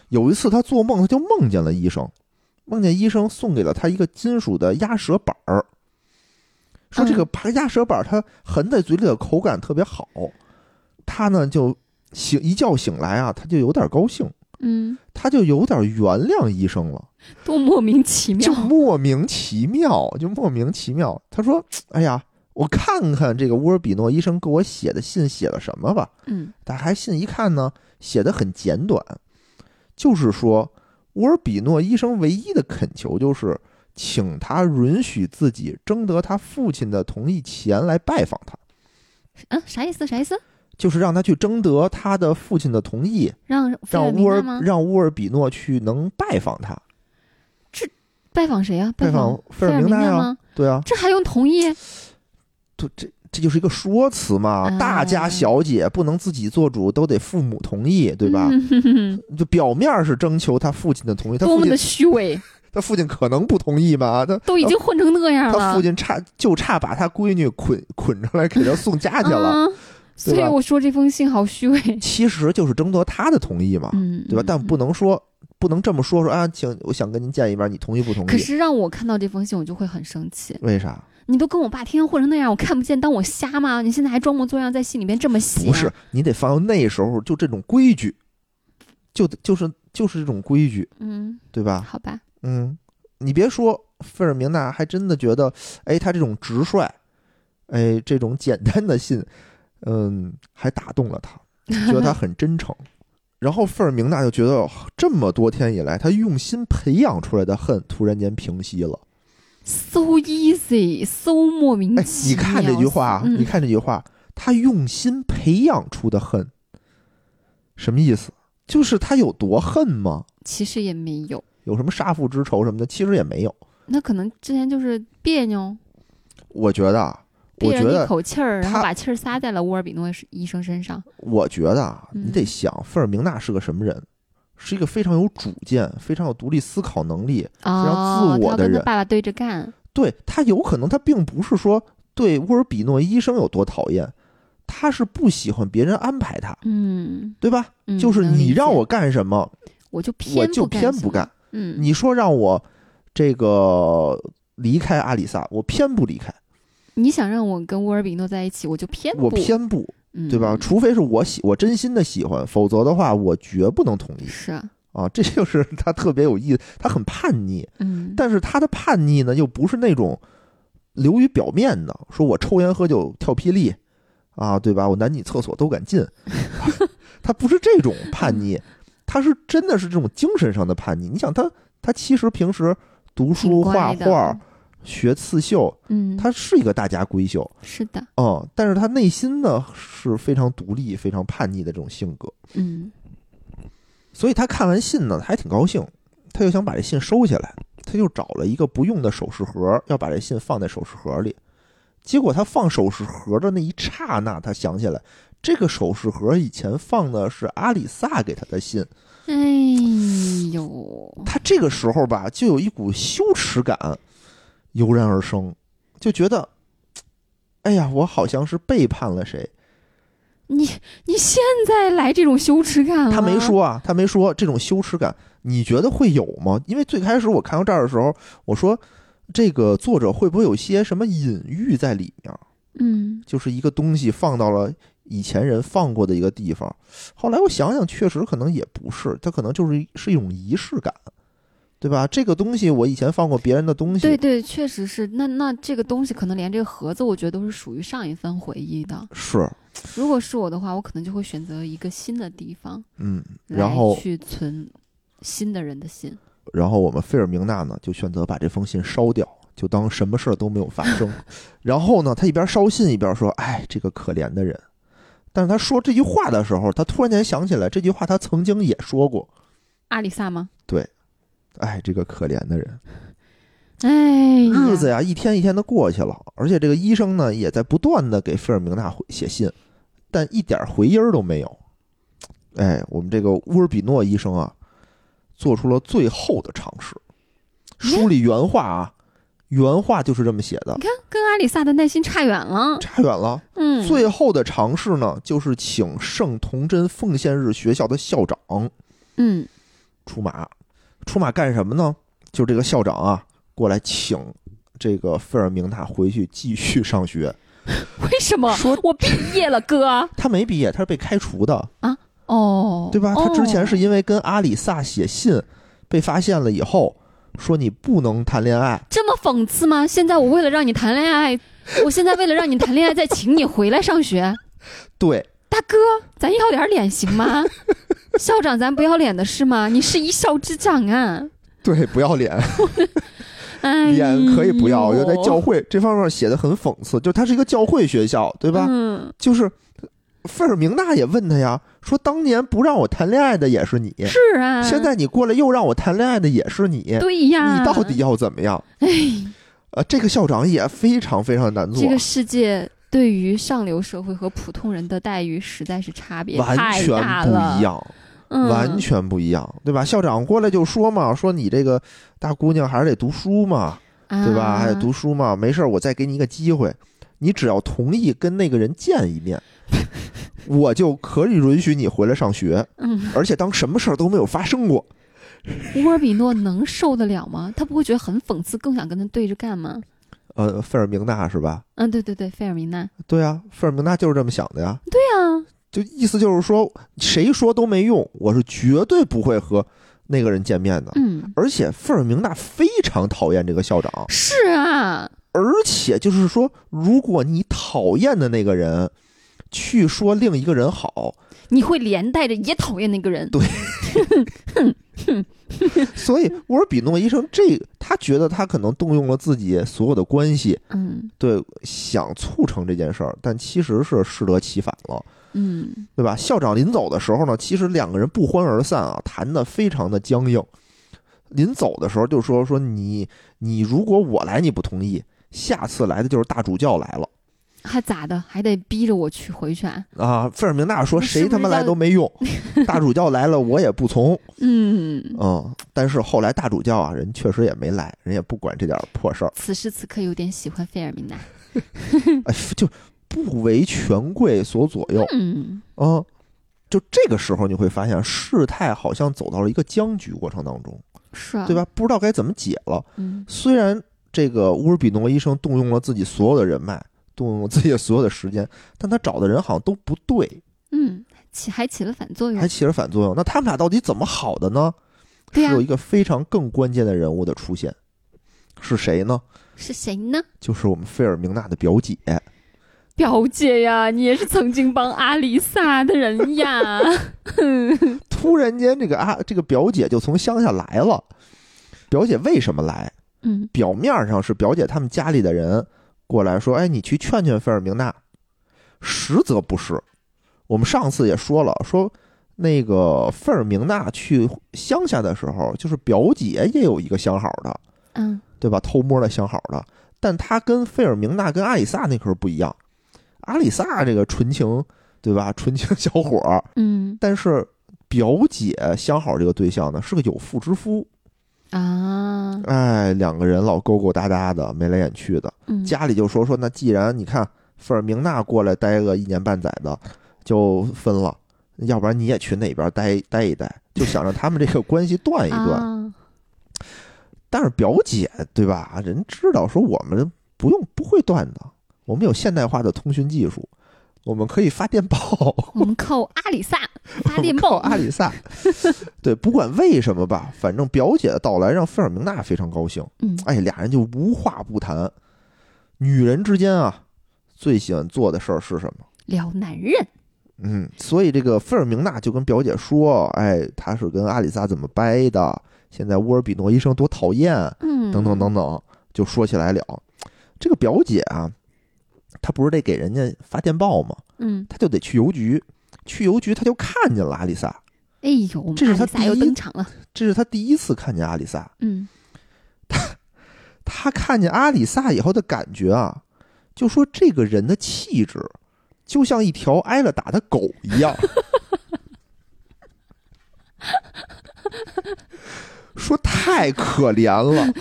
B: 有一次她做梦，她就梦见了医生，梦见医生送给了她一个金属的鸭舌板儿，说这个爬鸭舌板儿它含在嘴里的口感特别好。她呢就醒一觉醒来啊，她就有点高兴，
C: 嗯，
B: 她就有点原谅医生了。
C: 多莫名其妙
B: 就，莫名其妙，就莫名其妙。他说：“哎呀，我看看这个乌尔比诺医生给我写的信写了什么吧。
C: 嗯”
B: 打开信一看呢，写的很简短，就是说乌尔比诺医生唯一的恳求就是，请他允许自己征得他父亲的同意前来拜访他。
C: 啊，啥意思？啥意思？
B: 就是让他去征得他的父亲的同意，
C: 让费
B: 让
C: 尔
B: 乌
C: 明娜
B: 尔
C: 吗？
B: 让乌尔比诺去能拜访他，
C: 拜访谁啊？
B: 拜
C: 访
B: 访费
C: 费
B: 尔
C: 明
B: 明娜呀
C: 吗？
B: 对啊，
C: 这还用同意？
B: 这这这就是一个说辞嘛，
C: 啊
B: 大家小姐不能自己做主，都得父母同意，对吧？
C: 嗯哼哼
B: 就表面是征求他父亲的同意，他
C: 多
B: 父
C: 么
B: 亲
C: 的虚伪！
B: 他父亲可能不同意嘛，他
C: 都已经混成那样
B: 他
C: 了
B: 父，亲差就差把他闺女捆 捆上来给他送家去了，
C: 嗯，所以
B: 对吧
C: 我说这封信好虚伪，
B: 其实就是征得他的同意嘛，
C: 嗯，
B: 对吧？但不
C: 嗯。
B: 能说不能这么说说啊，请我想跟您见一面，你同意不同
C: 可
B: 意？
C: 是让我看到这封信，我就会很生气。
B: 为啥？
C: 你都跟我爸天天混成那样，我看不见，当我瞎吗？你现在还装模作样在信里面这么写？
B: 不是，，你得放到那时候就这种规矩，就就是就是这种规矩，
C: 嗯，
B: 对吧？
C: 好吧，
B: 嗯，你别说，费尔明娜还真的觉得，哎，他这种直率，哎，这种简单的信，嗯，还打动了他，觉 得他很真诚。然后费尔明娜就觉得，哦这么多天以来，他用心培养出来的恨突然间平息了。
C: so easy，so 莫名
B: 哎，
C: 其
B: 你
C: 妙。
B: 看这句话啊，
C: 嗯
B: 你看这句话，他用心培养出的恨，什么意思？就是他有多恨吗？
C: 其实也没有，
B: 有什么杀父之仇什么的？其实也没有。
C: 那可能之前就是别扭，
B: 我觉得啊，我
C: 憋
B: 觉
C: 着
B: 得
C: 一口气儿，然后
B: 他
C: 把气儿撒在了乌尔比诺医生身上。
B: 我觉得啊，
C: 嗯
B: 你得想费尔明娜是个什么人，是一个非常有主见、非常有独立思考能力。
C: 哦，
B: 自我
C: 他要
B: 的
C: 跟他
B: 人
C: 爸爸对着干，
B: 对他有可能，他并不是说对乌尔比诺医生有多讨厌，他是不喜欢别人安排他，
C: 嗯，
B: 对吧？
C: 嗯
B: 就是
C: 能理
B: 你
C: 解
B: 让我干什么，
C: 我就
B: 我
C: 偏
B: 就偏不干
C: 干。。嗯，
B: 你说让我这个离开阿里萨，我偏不离开，
C: 你想让我跟沃尔比诺在一起，我就偏不，
B: 我偏不，
C: 嗯，
B: 对吧？除非是我喜，我真心的喜欢，否则的话，我绝不能同意
C: 是啊，
B: 啊！这就是他特别有意思，他很叛逆。
C: 嗯，
B: 但是他的叛逆呢，又不是那种流于表面的，说我抽烟喝酒跳霹雳啊，对吧？我男女厕所都敢进， 他不是这种叛逆，他是真的是这种精神上的叛逆。你想他，他其实平时读
C: 挺
B: 书、画
C: 乖的
B: 画、，学刺绣，
C: 嗯，
B: 他是一个大家闺秀，
C: 是的，
B: 嗯，但是他内心呢是非常独立、非常叛逆的这种性格。
C: 嗯，
B: 所以他看完信呢，他还挺高兴，他就想把这信收起来，他就找了一个不用的首饰盒，要把这信放在首饰盒里。结果他放首饰盒的那一刹那，他想起来，这个首饰盒以前放的是阿里萨给他的信。
C: 哎呦，
B: 他这个时候吧，就有一股羞耻感油然而生，就觉得，哎呀，我好像是背叛了谁。
C: 你你现在来这种羞耻感了，
B: 他没，说啊，他没说这种羞耻感，你觉得会有吗？因为最开始我看到这儿的时候，我说这个作者会不会有些什么隐喻在里面，
C: 嗯，
B: 就是一个东西放到了以前人放过的一个地方。后来我想想，确实可能也不是，它可能就是一是一种仪式感，对吧？这个东西我以前放过别人的东西，
C: 对对，确实是，那那这个东西可能连这个盒子，我觉得都是属于上一番回忆的。
B: 是，
C: 如果是我的话，我可能就会选择一个新的地方，
B: 嗯，
C: 来
B: 然后
C: 去存新的人的心。
B: 然后我们费尔明娜呢就选择把这封信烧掉，就当什么事儿都没有发生。然后呢，他一边烧信一边说：“哎，这个可怜的人。”但是他说这句话的时候，他突然间想起来，这句话他曾经也说过
C: 阿里萨吗？：“
B: 哎，这个可怜的人，
C: 哎呀，
B: 日子呀一天一天的过去了。”而且这个医生呢也在不断的给费尔明娜回写信，但一点回音儿都没有。哎，我们这个乌尔比诺医生啊，做出了最后的尝试。书里原话啊，原话就是这么写的
C: 你，看，跟阿里萨的耐心差远了。
B: 差远了。
C: 嗯，
B: 最后的尝试呢，就是请圣童真奉献日学校的校长
C: 嗯
B: 出马。出马干什么呢？就这个校长啊，过来请这个费尔明娜回去继续上学。
C: 为什么
B: 说
C: 我毕业了，哥？
B: 他没毕业，他是被开除的，
C: 哦，
B: 对吧？他之前
C: 哦
B: 是因为跟阿里萨写信被发现了以后，说你不能谈恋爱。
C: 这么讽刺吗？现在我为了让你谈恋 爱，我现在为了让你谈恋爱，再请你回来上学，
B: 对，
C: 大哥，咱要点脸行 吗？校长，咱不要脸的是吗？你是一校之长啊！
B: 对，不要脸。
C: 哎呦，
B: 脸可以不要，我觉得在教会这方面写的很讽刺，就它是一个教会学校，对
C: 对
B: 吧？
C: 嗯，
B: 就是费尔明娜也问他呀，说当年不让我谈恋爱的也是你，
C: 是啊，
B: 现在你过来又让我谈恋爱的也是你，
C: 对呀，
B: 你到底要怎么样？
C: 哎，
B: 呃，这个校长也非常非常难做，
C: 这个世界对于上流社会和普通人的待遇实在是差别
B: 完
C: 太
B: 全
C: 大
B: 不
C: 了，
B: 一，样，
C: 嗯、
B: 完全不一样，对吧？校长过来就说嘛，说你这个大姑娘还是得读书嘛，对吧？还得
C: 啊
B: 读书嘛，没事儿，我再给你一个机会，你只要同意跟那个人见一 面。我就可以允许你回来上学，
C: 嗯，
B: 而且当什么事儿都没有发生过，
C: 乌尔比诺能受得了吗？他不会觉得很讽刺，更想跟他对着干吗？
B: 呃，费尔明娜是吧？
C: 嗯，对对对，费尔明娜，
B: 对啊，费尔明娜就是这么想的呀。
C: 对啊，
B: 就意思就是说，谁说都没用，我是绝对不会和那个人见面的。
C: 嗯，
B: 而且费尔明娜非常讨厌这个校长，
C: 是啊，
B: 而且就是说，如果你讨厌的那个人去说另一个人好，
C: 你会连带着也讨厌那个人，
B: 对所以沃尔比诺医生这他觉得他可能动用了自己所有的关系，
C: 嗯
B: 对，想促成这件事儿，但其实是适得其反了。
C: 嗯，
B: 对吧？校长临走的时候呢，其实两个人不欢而散啊，谈的非常的僵硬。临走的时候就说说你你如果我来你不同意，下次来的就是大主教来了
C: 还咋的，还得逼着我去回去啊？
B: 啊！费尔明娜说
C: 那是不
B: 谁
C: 是
B: 他妈来
C: 要
B: 都没 用，大主教来了我也不从。
C: 嗯，
B: 嗯，但是后来大主教啊，人确实也没来，人也不管这点破事儿，
C: 此时此刻有点喜欢费尔明娜，
B: 哎，就不为权贵所左右。
C: 嗯
B: 嗯，就这个时候你会发现事态好像走到了一个僵局过程当中。
C: 是啊，
B: 对？吧？不知道该怎么解了。
C: 嗯
B: 虽然这个乌尔比诺医生动用了自己所有的人脉，动用了自己所有的时间，但他找的人好像都不对，
C: 嗯，起还起了反作用
B: 还，起了反作用。那他们俩到底怎么好的呢？是
C: 对啊呀
B: 有一个非常更关键的人物的出现，是谁呢？
C: 是谁呢？
B: 就是我们费尔明娜的表姐。
C: 表姐呀，你也是曾经帮阿丽萨的人呀。
B: 突然间，这个啊，这个表姐就从乡下来了。表姐为什么来？
C: 嗯
B: 表面上是表姐他们家里的人过来说：“哎，你去劝劝费尔明娜。”实则不是。我们上次也说了，说那个费尔明娜去乡下的时候，就是表姐也有一个相好的，
C: 嗯，
B: 对吧？偷摸的相好的，但她跟费尔明娜跟阿里萨那可是不一样。阿里萨这个纯情，对吧？ 纯情小伙儿，
C: 嗯
B: 但是表姐相好这个对象呢是个有妇之夫，
C: 啊，
B: 哎，两个人老勾勾搭搭的，眉来眼去的。
C: 嗯
B: 家里就说说，那既然你看费尔明娜过来待个一年半载的，就分了，要不然你也去那边待待一待，就想让他们这个关系断一断。
C: 啊，
B: 但是表姐对吧？人知道说我们不用不会断的，我们有现代化的通讯技术，我们可以发电报。
C: 我们靠阿里 萨发电
B: 靠
C: 报，
B: 阿里萨，对，不管为什么吧，反正表姐的到来让费尔明娜非常高兴。
C: 嗯
B: 哎，俩人就无话不谈。女人之间啊，最喜欢做的事儿是什么？
C: 聊男人，
B: 嗯，所以这个费尔明娜就跟表姐说，哎，她是跟阿里萨怎么掰的，现在乌尔比诺医生多讨厌，啊
C: 嗯，
B: 等等等等，就说起来了。这个表姐啊，她不是得给人家发电报吗？
C: 嗯，
B: 她就得去邮局，去邮局她就看见了阿里萨，
C: 哎呦，我们
B: 这是
C: 阿
B: 他
C: 里萨又
B: 第一
C: 登场了，
B: 这是她第一次看见阿里萨。
C: 嗯，
B: 他看见阿里萨以后的感觉啊，就说这个人的气质就像一条挨了打的狗一样。 说太可怜了，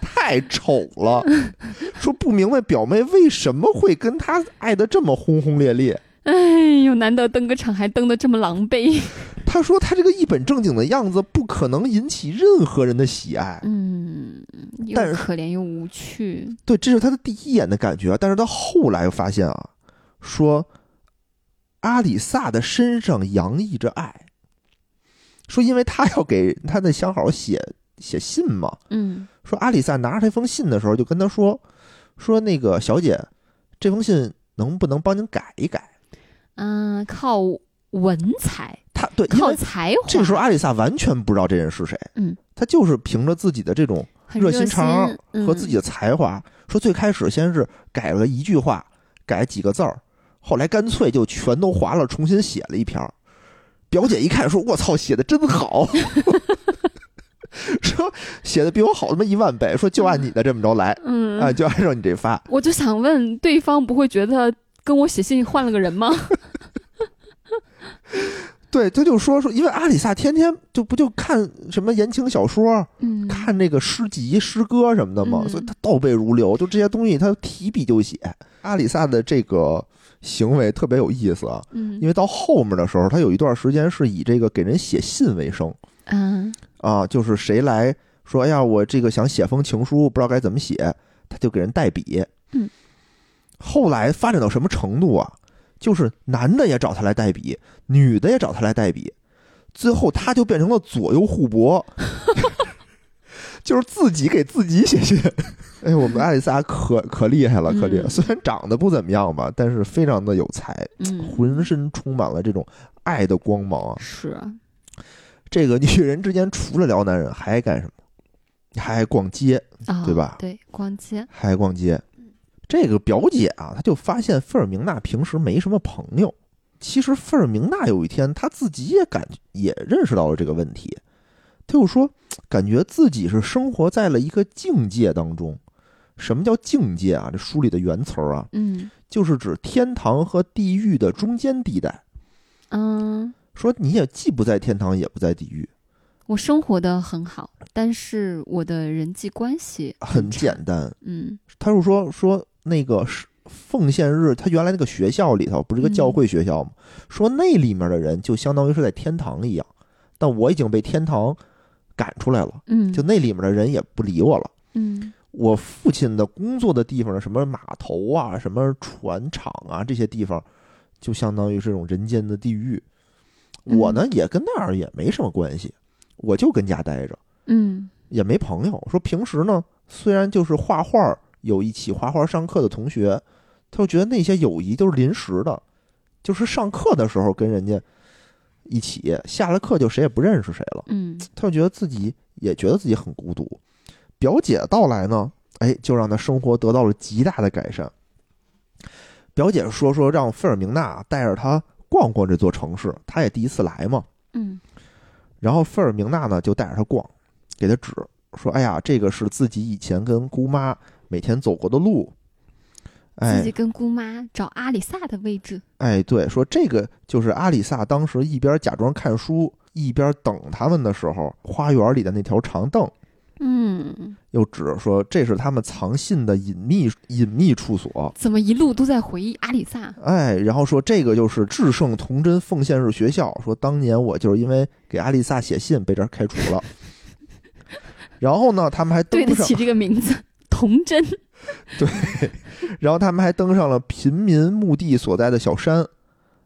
B: 太丑了。说不明白表妹为什么会跟他爱得这么轰轰烈烈。
C: 哎呦，难得登个场还登的这么狼狈，
B: 他说他这个一本正经的样子不可能引起任何人的喜爱。
C: 嗯，又
B: 但是
C: 可怜又无趣，
B: 对，这是他的第一眼的感觉。啊但是到后来发现啊，说阿里萨的身上洋溢着爱，说因为他要给他的相好写写信嘛，
C: 嗯
B: 说阿里萨拿着这封信的时候就跟他说，说那个小姐，这封信能不能帮您改一改？
C: 啊，靠文采，
B: 他对，因
C: 靠
B: 为
C: 才华，
B: 这个时候阿里萨完全不知道这人是谁，
C: 嗯，
B: 他就是凭着自己的这种
C: 很
B: 热
C: 热
B: 心肠
C: 心嗯
B: 和自己的才华。说最开始先是改了一句话，改几个字儿，后来干脆就全都划了，重新写了一篇儿。表姐一看说：“我操，写的真好。” 说写的比我好他妈一万倍，说就按你的这么着来，
C: 嗯，
B: 啊，就按照你这发。
C: 我就想问，对方不会觉得跟我写信换了个人吗？
B: 对，他就说说，因为阿里萨天天就不就看什么言情小说，
C: 嗯，
B: 看那个诗集、诗歌什么的嘛，
C: 嗯
B: 所以他倒背如流，就这些东西他提笔就写。阿里萨的这个行为特别有意思啊，
C: 嗯，
B: 因为到后面的时候，他有一段时间是以这个给人写信为生
C: 嗯
B: 啊，就是谁来说，哎呀，我这个想写封情书，不知道该怎么写，他就给人代笔。
C: 嗯，
B: 后来发展到什么程度啊？就是男的也找他来代笔，女的也找他来代笔，最后他就变成了左右互 搏，就是自己给自己写 信。哎，我们阿里萨可可厉害了，可厉害！
C: 嗯
B: 虽然长得不怎么样吧，但是非常的有才。
C: 嗯，
B: 浑身充满了这种爱的光芒啊！
C: 是，
B: 这个女人之间除了聊男人，还爱干什么？还爱逛街，
C: 啊，
B: 对吧
C: 对，逛街，
B: 还爱逛街。这个表姐啊，她就发现费尔明娜平时没什么朋友。其实费尔明娜有一天，她自己也感也认识到了这个问题，她就说，感觉自己是生活在了一个境界当中。什么叫境界啊？这书里的原词儿啊，
C: 嗯
B: 就是指天堂和地狱的中间地带。
C: 嗯，
B: 说你也既不在天堂，也不在地狱，
C: 我生活的很好，但是我的人际关系
B: 很
C: 差
B: 简单。
C: 嗯
B: 他就说说那个是奉献日，他原来那个学校里头不是一个
C: 嗯
B: 教会学校吗？说那里面的人就相当于是在天堂一样，但我已经被天堂赶出来了，
C: 嗯，
B: 就那里面的人也不理我了。
C: 嗯
B: 我父亲的工作的地方呢，什么码头啊、什么船厂啊这些地方，就相当于是这种人间的地狱。
C: 嗯
B: 我呢也跟那儿也没什么关系，我就跟家待着。
C: 嗯
B: 也没朋友。说平时呢，虽然就是画画有一起画画上课的同学，他就觉得那些友谊都是临时的，就是上课的时候跟人家一起，下了课就谁也不认识谁了。
C: 嗯
B: 他就觉得自己也觉得自己很孤独。表姐到来呢，哎，就让他生活得到了极大的改善。表姐说说让费尔明娜带着他逛逛这座城市，他也第一次来嘛，
C: 嗯
B: 然后费尔明娜呢就带着他逛，给他指说：“哎呀，这个是自己以前跟姑妈每天走过的路。”
C: 自
B: 哎
C: 己跟姑妈找阿里萨的位置，
B: 哎，对，说这个就是阿里萨当时一边假装看书，一边等他们的时候，花园里的那条长凳，
C: 嗯，
B: 又指说这是他们藏信的隐秘隐秘处所。
C: 怎么一路都在回忆阿里萨？
B: 哎，然后说这个就是至圣童真奉献日学校，说当年我就是因为给阿丽萨写信被这儿开除了。 然后呢，他们还
C: 对
B: 登
C: 得
B: 上
C: 起这个名字，童真。
B: 然后他们还登上了贫民墓地所在的小山，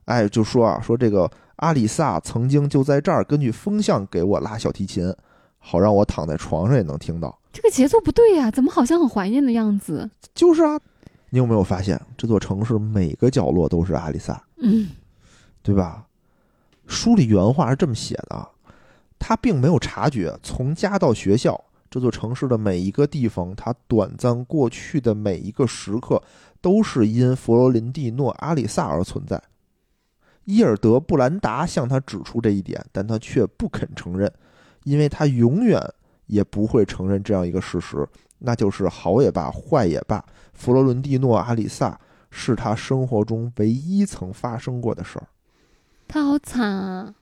B: 哎，就说啊，说这个阿里萨曾经就在这儿根据风向给我拉小提琴，好让我躺在床上也能听到。
C: 这个节奏不对呀、怎么好像很怀念的样子？
B: 就是啊，你有没有发现这座城市每个角落都是阿里萨，
C: 嗯
B: 对吧？书里原话是这么写的啊，他并没有察觉从家到学校。这座城市的每一个地方，它短暂过去的每一个时刻，都是因佛罗伦蒂诺·阿里萨而存在。伊尔德·布兰达向他指出这一点，但他却不肯承认，因为他永远也不会承认这样一个事实，那就是好也罢，坏也罢，佛罗伦蒂诺·阿里萨是他生活中唯一曾发生过的事儿。
C: 他好惨啊，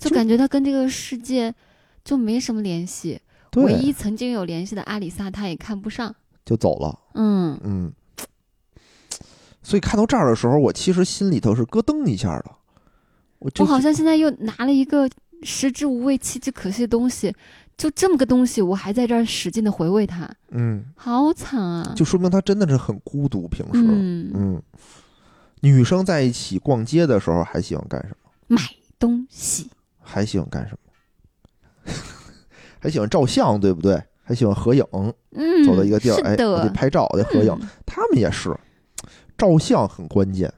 C: 就感觉他跟这个世界就没什么联系。
B: 对
C: 唯一曾经有联系的阿里萨，他也看不上。
B: 就走了。
C: 嗯
B: 嗯，所以看到这儿的时候，我其实心里头是咯噔一下的。我这
C: 我好像现在又拿了一个食之无味，弃之可惜的东西，就这么个东西，我还在这儿使劲的回味它，
B: 嗯，
C: 好惨啊！
B: 就说明他真的是很孤独。平时，
C: 嗯，
B: 嗯女生在一起逛街的时候还喜欢干什么？
C: 买东西，
B: 还喜欢干什么？ 还喜欢照相，对不对？还喜欢合影，
C: 嗯，
B: 走到一个地儿，
C: 是
B: 哎，
C: 的
B: 我得拍照，我得合影。
C: 嗯
B: 他们也是，照相很关键。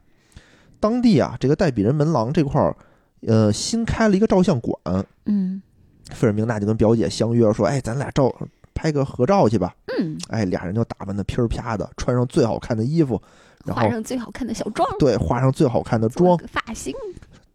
B: 当地啊，这个代比人门廊这块儿，呃，新开了一个照相馆，
C: 嗯
B: 费尔明娜就跟表姐相约说：“哎，咱俩照拍个合照去吧。
C: 嗯，
B: 哎，俩人就打扮的噼儿啪的，穿上最好看的衣服，然后
C: 画上最好看的小妆，
B: 对化上最好看的
C: 做
B: 妆。
C: 个发型，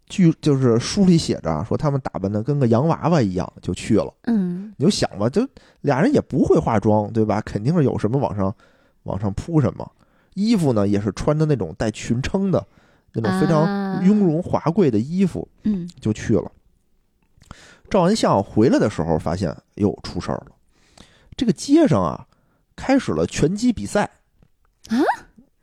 B: 据就是书里写着啊，说他们打扮的跟个洋娃娃一样就去了。
C: 嗯，
B: 你就想吧，就俩人也不会化妆，对吧？肯定是有什么往上往上扑什么。衣服呢，也是穿的那种带裙撑的，那种非
C: 啊
B: 常雍容华贵的衣服，
C: 嗯，
B: 就去了。照完相回来的时候，发现又出事儿了。这个街上啊，开始了拳击比赛
C: 啊，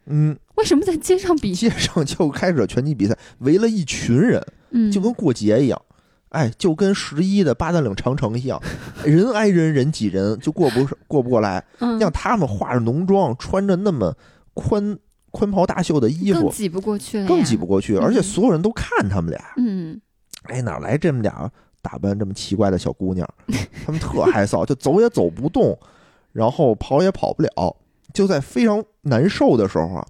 B: 嗯，
C: 为什么在街上比？
B: 街上就开始了拳击比赛，围了一群人，
C: 嗯，
B: 就跟过节一样。哎，就跟十一的八达岭长城一样，人挨人，人挤人，就过不过不过来。
C: 嗯
B: 像他们化着浓妆，穿着那么宽宽袍大袖的衣
C: 更
B: 服，
C: 挤不嗯过去了，
B: 更挤不。过去，而且所有人都看他们俩。
C: 嗯，
B: 哎，哪来这么俩打扮这么奇怪的小姑 娘？他们特害臊，就走也走不动，然后跑也跑不了。就在非常难受的时候啊，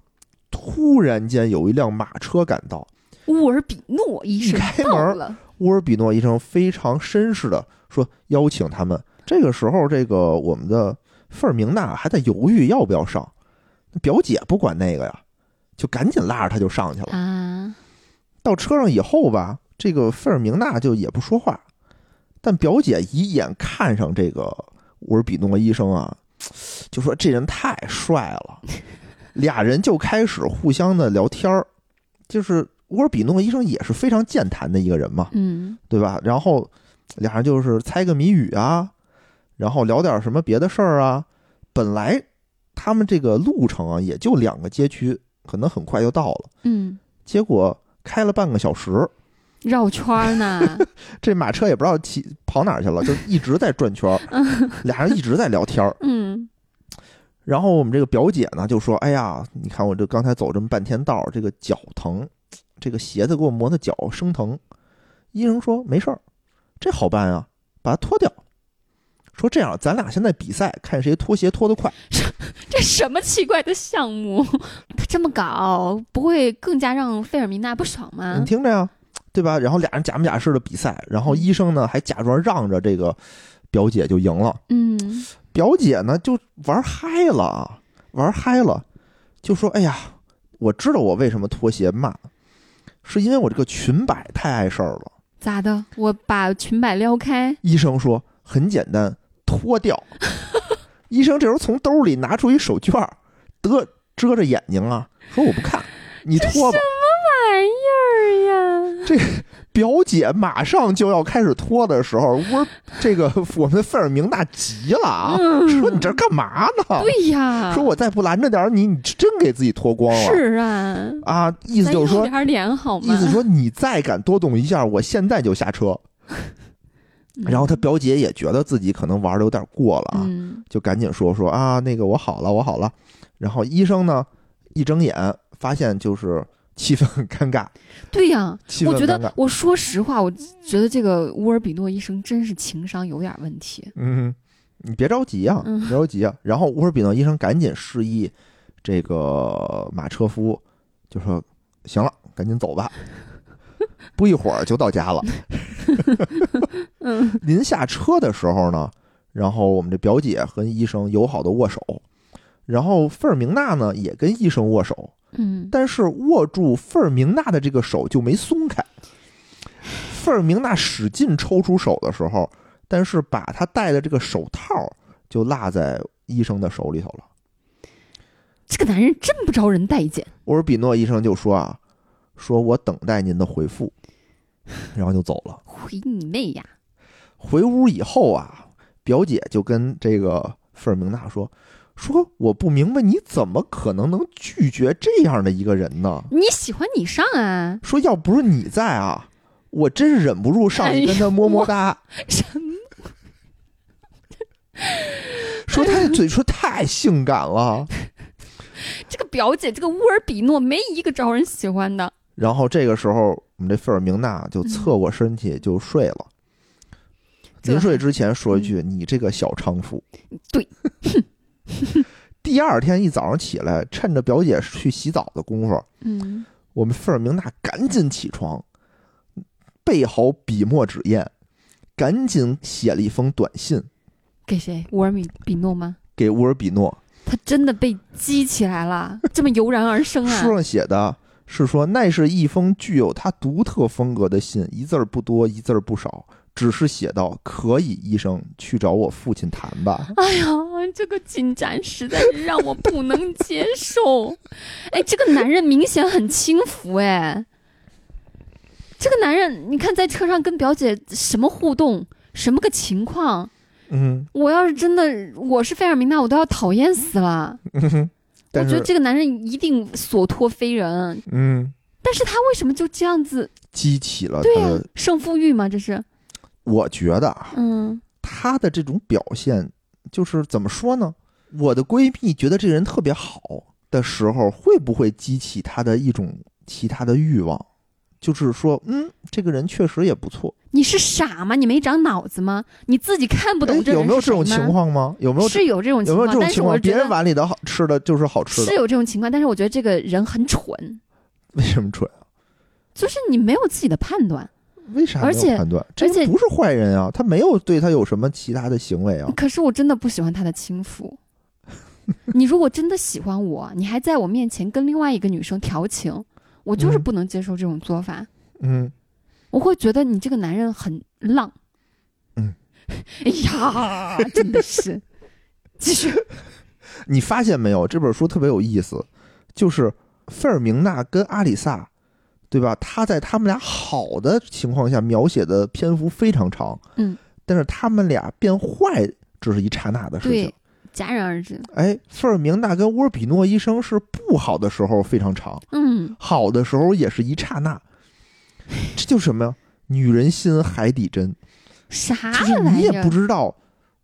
B: 突然间有一辆马车赶到，
C: 乌尔比诺医生
B: 一开门
C: 到了，
B: 乌尔比诺医生非常绅士的说邀请他们。这个时候，这个我们的费尔明娜还在犹豫要不要上，表姐不管那个呀，就赶紧拉着她就上去了。
C: 啊，
B: 到车上以后吧，这个费尔明娜就也不说话，但表姐一眼看上这个乌尔比诺医生啊，就说这人太帅了，俩人就开始互相的聊天儿。就是乌尔比诺医生也是非常健谈的一个人嘛，
C: 嗯
B: 对吧？然后俩人就是猜个谜语啊，然后聊点什么别的事儿啊。本来他们这个路程啊，也就两个街区，可能很快就到了。
C: 嗯，
B: 结果开了半个小时，
C: 绕圈儿呢，
B: 这马车也不知道骑跑哪儿去了，就一直在转圈儿。俩人一直在聊天儿。
C: 嗯
B: 然后我们这个表姐呢就说：“哎呀，你看我这刚才走这么半天道儿，这个脚疼，这个鞋子给我磨的脚生疼。”医生说：“没事儿，这好办啊，把它脱掉。”说这样，咱俩现在比赛，看谁脱鞋脱得快。
C: 这什么奇怪的项目？他这么搞，不会更加让费尔明娜不爽吗
B: 你？听着呀，对吧？然后俩人假模假式的比赛，然后医生呢还假装让着这个表姐就赢了。
C: 嗯
B: 表姐呢就玩嗨了啊，玩嗨了，就说：“哎呀，我知道我为什么脱鞋骂，是因为我这个裙摆太碍事儿了。
C: 咋的？我把裙摆撩开，”
B: 医生说：“很简单，脱掉。” 医生这时候从兜里拿出一手绢儿，得遮着眼睛啊，说：“我不看，你脱吧。”
C: 玩意儿呀！
B: 表姐马上就要开始脱的时候，我这个我们费尔明娜急了啊，说：“你这干嘛呢？”
C: 嗯对呀，
B: 啊说我再不拦着点儿你，你真给自己脱光了。
C: 是啊，
B: 啊，意思
C: 咱
B: 就是
C: 要
B: 说，
C: 点脸好吗？
B: 意思说你再敢多动一下，我现在就下 车。
C: 嗯，
B: 然后他表姐也觉得自己可能玩的有点过了啊，
C: 嗯
B: 就赶紧说说啊，那个我好了，我好了。然后医生呢，一睁眼发现就是气氛 很尴尬，
C: 对呀，
B: 气氛
C: 我觉
B: 很尴尬
C: 得，。我说实话，我觉得这个乌尔比诺医生真是情商有点问题。
B: 嗯，你别着急啊，
C: 嗯
B: 别着急啊。然后乌尔比诺医生赶紧示意这个马车夫，就说：“行了，赶紧走吧。”不一会儿就到家了。
C: 嗯
B: 临下车的时候呢，然后我们这表姐和医生友好的握手，然后费尔明娜呢也跟医生握手，
C: 嗯，
B: 但是握住费尔明娜的这个手就没松开。费尔明娜使劲抽出手的时候，但是把她戴的这个手套就落在医生的手里头了。
C: 这个男人真不招人待见。
B: 乌尔比诺医生就说啊，说我等待您的回复，然后就走了。
C: 回你妹呀！
B: 回屋以后啊，表姐就跟这个费尔明娜说：“说我不明白你怎么可能能拒绝这样的一个人呢？
C: 你喜欢你上啊？
B: 说要不是你在啊，我真是忍不住上去跟他么么哒。
C: 哎什么？
B: 说他的嘴唇太性感了。
C: 这个表姐，这个乌尔比诺没一个招人喜欢的。
B: 然后这个时候，我们这费尔明娜就侧过身体就睡了。
C: 这
B: 临睡之前说一句：“你这个小娼妇。”
C: 嗯对。
B: 第二天一早上起来，趁着表姐去洗澡的功夫，
C: 嗯，
B: 我们费尔明娜赶紧起床，备好笔墨纸砚，赶紧写了一封短信
C: 给谁？乌尔米比诺吗？
B: 给乌尔比诺。
C: 他真的被激起来了，这么油然而生啊！
B: 书上写的是说，那是一封具有他独特风格的信，一字儿不多，一字儿不少，只是写到“可以，医生，去找我父亲谈吧。
C: 哎呀，这个进展实在是让我不能接受。哎，这个男人明显很轻浮哎。这个男人，你看在车上跟表姐什么互动，什么个情况？”
B: 嗯，
C: 我要是真的我是费尔明娜，我都要讨厌死了。我
B: 但
C: 觉得
B: 是
C: 这个男人一定所托非人，
B: 嗯，
C: 但是他为什么就这样子？
B: 激起了
C: 对
B: 呃
C: 啊
B: 他
C: 呀、
B: 的。
C: 胜负欲嘛，这是。
B: 我觉得啊，
C: 嗯
B: 他的这种表现，就是怎么说呢？我的闺蜜觉得这人特别好的时候，会不会激起她的一种其他的欲望？就是说，嗯，这个人确实也不错。，
C: 你是傻吗？你没长脑子吗？你自己看不
B: 哎
C: 懂这人
B: 有没有这种
C: 是谁吗
B: 情？况吗？有没有这
C: 是有这种
B: 有
C: 情
B: 没有
C: 况，
B: 这种
C: 但是
B: 情
C: 我
B: 况？
C: 觉
B: 别人
C: 得
B: 碗里的好吃的就是好吃
C: 是
B: 的，
C: 有这种情况，但是我觉得这个人很蠢，
B: 为什么蠢？
C: 就是你没有自己的判断。
B: 为啥
C: 而
B: 没
C: 且
B: 有判断？这
C: 而且
B: 人不是坏人啊，他没有对他有什么其他的行为啊。
C: 可是我真的不喜欢他的轻浮。你如果真的喜欢我，你还在我面前跟另外一个女生调情，我就是
B: 嗯
C: 不能接受这种做法。
B: 嗯，
C: 我会觉得你这个男人很浪。
B: 嗯，
C: 哎 呀，真的是，继续。
B: 你发现没有？这本书特别有意思，就是费尔明娜跟阿里萨，对吧？他在他们俩好的情况下描写的篇幅非常长，
C: 嗯，
B: 但是他们俩变坏只是一刹那的事情
C: 对。，戛然而止。
B: 哎，费尔明娜跟沃尔比诺医生是不好的时候非常长，
C: 嗯，
B: 好的时候也是一刹那，这就是什么呀？女人心海底针，
C: 啥
B: 就是
C: 玩
B: 你
C: 意
B: 也
C: 儿
B: 不？知道，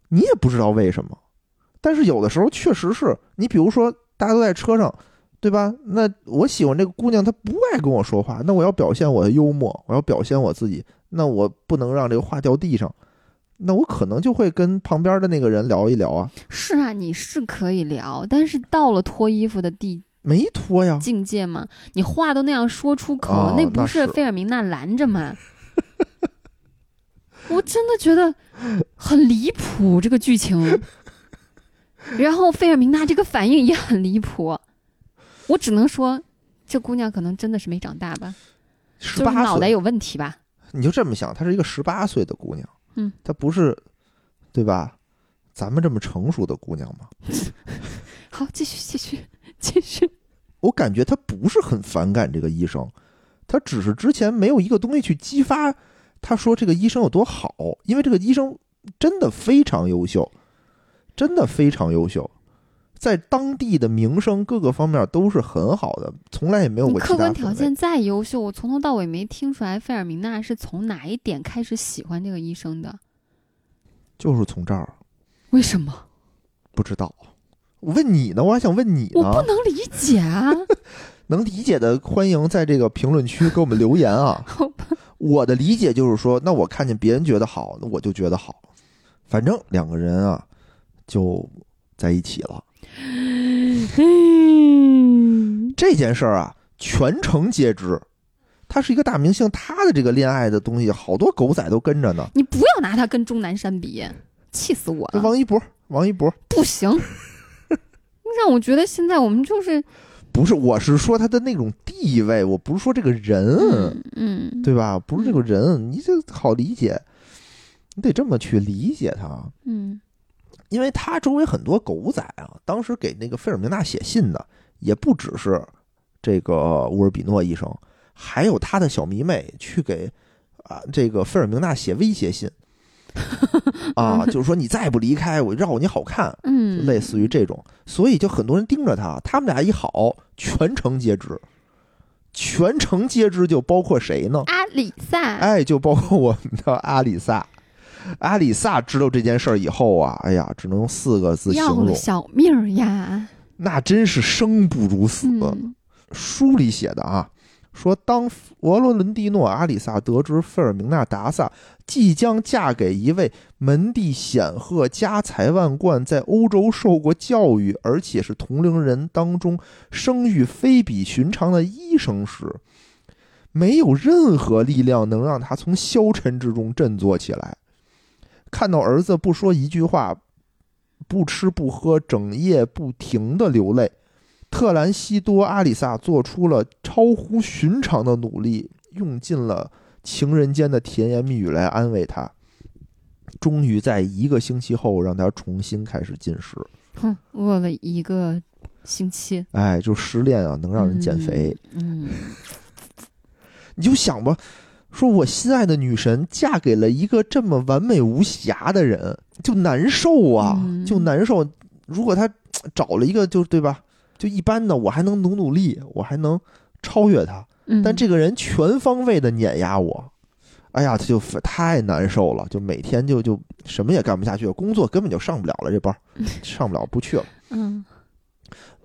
B: 你也不知道为什么。但是有的时候确实是你，比如说大家都在车上，对吧？那我喜欢这个姑娘，她不爱跟我说话，那我要表现我的幽默，我要表现我自己，那我不能让这个话掉地上，那我可能就会跟旁边的那个人聊一聊啊，
C: 是啊，你是可以聊，但是到了脱衣服的地
B: 没脱呀，
C: 境界嘛，你话都那样说出口，
B: 哦
C: 那不
B: 那
C: 是
B: 是
C: 费尔明娜拦 着吗？我真的觉得很离谱这个剧情，然后费尔明娜这个反应也很离谱，我只能说这姑娘可能真的是没长大吧，
B: 十
C: 就是
B: 八
C: 脑袋
B: 岁，
C: 有问题吧。
B: 你就这么想，她是一个十八岁的姑娘，
C: 嗯，
B: 她不是，对吧？咱们这么成熟的姑娘嘛，
C: 好，继续继续继续，
B: 我感觉他不是很反感这个医生，他只是之前没有一个东西去激发他说这个医生有多好，因为这个医生真的非常优秀，真的非常优秀，在当地的名声各个方面都是很好的，从来也没有
C: 你
B: 过其
C: 客
B: 他
C: 观
B: 的
C: 条件再优秀，我从头到尾没听出来费尔明娜是从哪一点开始喜欢这个医生的，
B: 就是从这儿
C: 为什么？
B: 不知道。我问你呢，我还想问你
C: 我
B: 呢
C: 不，能理解啊！
B: 能理解的欢迎在这个评论区给我们留言啊。
C: 好吧，
B: 我的理解就是说，那我看见别人觉得好，那我就觉得好。反正两个人啊，就在一起了。
C: 嗯，
B: 这件事儿啊，全城皆知。他是一个大明星，他的这个恋爱的东西，好多狗仔都跟着呢。
C: 你不要拿他跟钟南山比，气死我
B: 那
C: 了！
B: 王一博，王一博
C: 不行，让我觉得现在我们就是，
B: 不是，我是说他的那种地位，我不是说这个人，
C: 嗯嗯
B: 对吧？不是这个人，你这好理解，你得这么去理解他。
C: 嗯，
B: 因为他周围很多狗仔啊，当时给那个费尔明娜写信的，也不只是这个乌尔比诺医生，还有他的小迷妹去给啊这个费尔明娜写威胁信，啊，就是说你再不离开，我就绕你好看，就
C: 嗯，
B: 类似于这种，所以就很多人盯着他，他们俩一好，全城皆知，全城皆知，就包括谁呢？
C: 阿里萨，
B: 哎，就包括我们的阿里萨，阿里萨知道这件事儿以后啊，哎呀，只能用四个字形
C: 要了
B: 容，
C: 小命儿呀！
B: 那真是生不如死。
C: 嗯
B: 书里写的啊，说当佛罗伦蒂诺阿里萨得知费尔明娜达萨即将嫁给一位门第显赫、家财万贯，在欧洲受过教育，而且是同龄人当中声誉非比寻常的医生时，没有任何力量能让他从消沉之中振作起来。看到儿子不说一句话，不吃不喝，整夜不停的流泪。特兰西多阿里萨做出了超乎寻常的努力，用尽了情人间的甜言蜜语来安慰他，终于在一个星期后让他重新开始进食。
C: 哼，饿了一个星期，
B: 哎，就失恋啊，能让人减肥。
C: 嗯。嗯，
B: 你就想吧，说我心爱的女神嫁给了一个这么完美无瑕的人，就难受啊，
C: 嗯
B: 就难受。如果她找了一个就对吧，就一般的，我还能努努力，我还能超越她。
C: 嗯
B: 但这个人全方位的碾压我，哎呀，他就太难受了，就每天就就什么也干不下去，工作根本就上不了了，这班儿上不了，不去了。
C: 嗯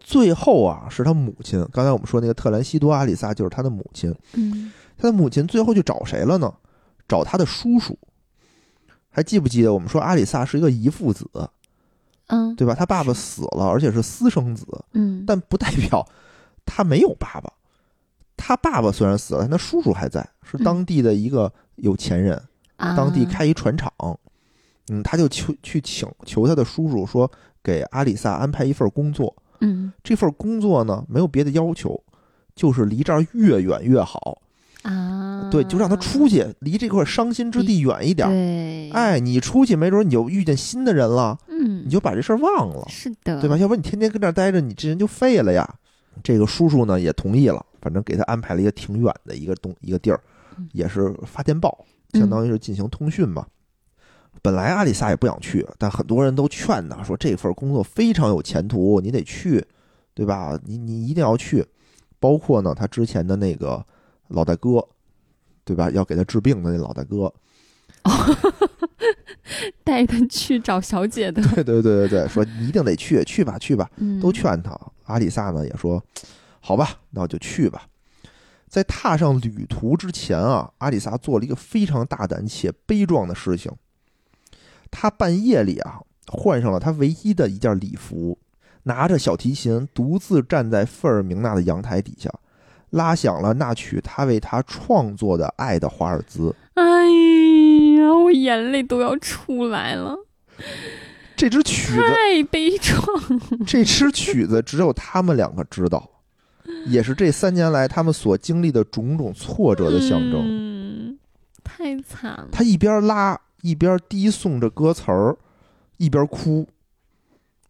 B: 最后啊，是他母亲。刚才我们说那个特兰西多阿里萨就是他的母亲，
C: 嗯
B: 他的母亲最后去找谁了呢？找他的叔叔。还记不记得我们说阿里萨是一个遗腹子，
C: 嗯
B: 对吧？他爸爸死了，而且是私生子，
C: 嗯，
B: 但不代表他没有爸爸。他爸爸虽然死了，但他叔叔还在，是
C: 嗯
B: 当地的一个有钱人，
C: 但
B: 当地开一船厂。嗯，他就求去请求他的叔叔说，给阿里萨安排一份工作。
C: 嗯
B: 这份工作呢，没有别的要求，就是离这儿越远越好。
C: 啊，
B: 对，就让他出去，离这块伤心之地远一点儿。
C: 对，，
B: 哎，你出去没准你就遇见新的人了，
C: 嗯，
B: 你就把这事儿忘了。
C: 是的，
B: 对吧？？要不然你天天跟这儿待着，你这人就废了呀。这个叔叔呢也同意了，反正给他安排了一个挺远的一个东一个地儿
C: 嗯，
B: 也是发电报，相当于是进行通讯嘛。本来阿里萨也不想去，但很多人都劝他说这份工作非常有前途，你得去，对吧？你你一定要去。包括呢，他之前的那个老大哥，对吧？要给他治病的那老大哥，
C: 带他去找小姐的，
B: 对对对对对，说你一定得去，去吧去吧。
C: 嗯，
B: 都劝他。阿里萨呢也说：“好吧，那我就去吧。”在踏上旅途之前啊，阿里萨做了一个非常大胆且悲壮的事情。他半夜里啊，换上了他唯一的一件礼服，拿着小提琴，独自站在费尔明娜的阳台底下，拉响了那曲他为他创作的《爱的华尔兹》。
C: 哎呀，我眼泪都要出来了，
B: 这支曲子
C: 太悲壮。
B: 这支曲子只有他们两个知道，也是这三年来他们所经历的种种挫折的象征。
C: 嗯，太惨了。
B: 他一边拉一边低诵着歌词儿，一边哭，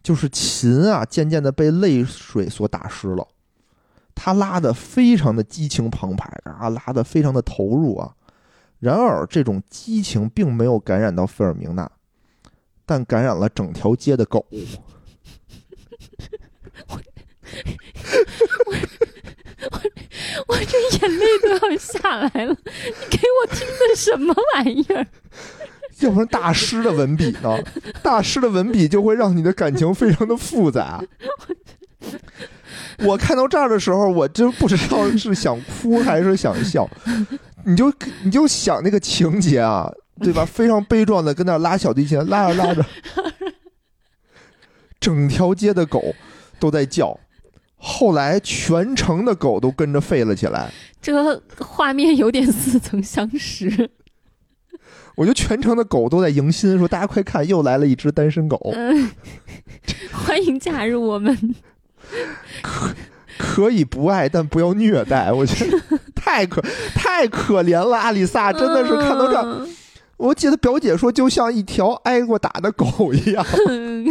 B: 就是琴啊，渐渐的被泪水所打湿了。他拉的非常的激情澎湃啊，拉的非常的投入啊。然而，这种激情并没有感染到费尔明娜，但感染了整条街的狗。
C: 我这眼泪都要下来了，你给我听的什么玩意儿？
B: 要不然大师的文笔呢？大师的文笔就会让你的感情非常的复杂。我看到这儿的时候，我真不知道是想哭还是想笑。你就你就想那个情节啊，对吧？非常悲壮的跟那儿拉小提琴，拉着拉着，整条街的狗都在叫。后来全城的狗都跟着吠了起来，
C: 这画面有点似曾相识。
B: 我觉得全城的狗都在迎新，说大家快看，又来了一只单身狗。
C: 嗯，欢迎加入我们。
B: 可以不爱，但不要虐待。我觉得太可太可怜了，阿里萨啊真的是看到
C: 嗯
B: 这儿，我记得表姐说，就像一条挨过打的狗一样，
C: 嗯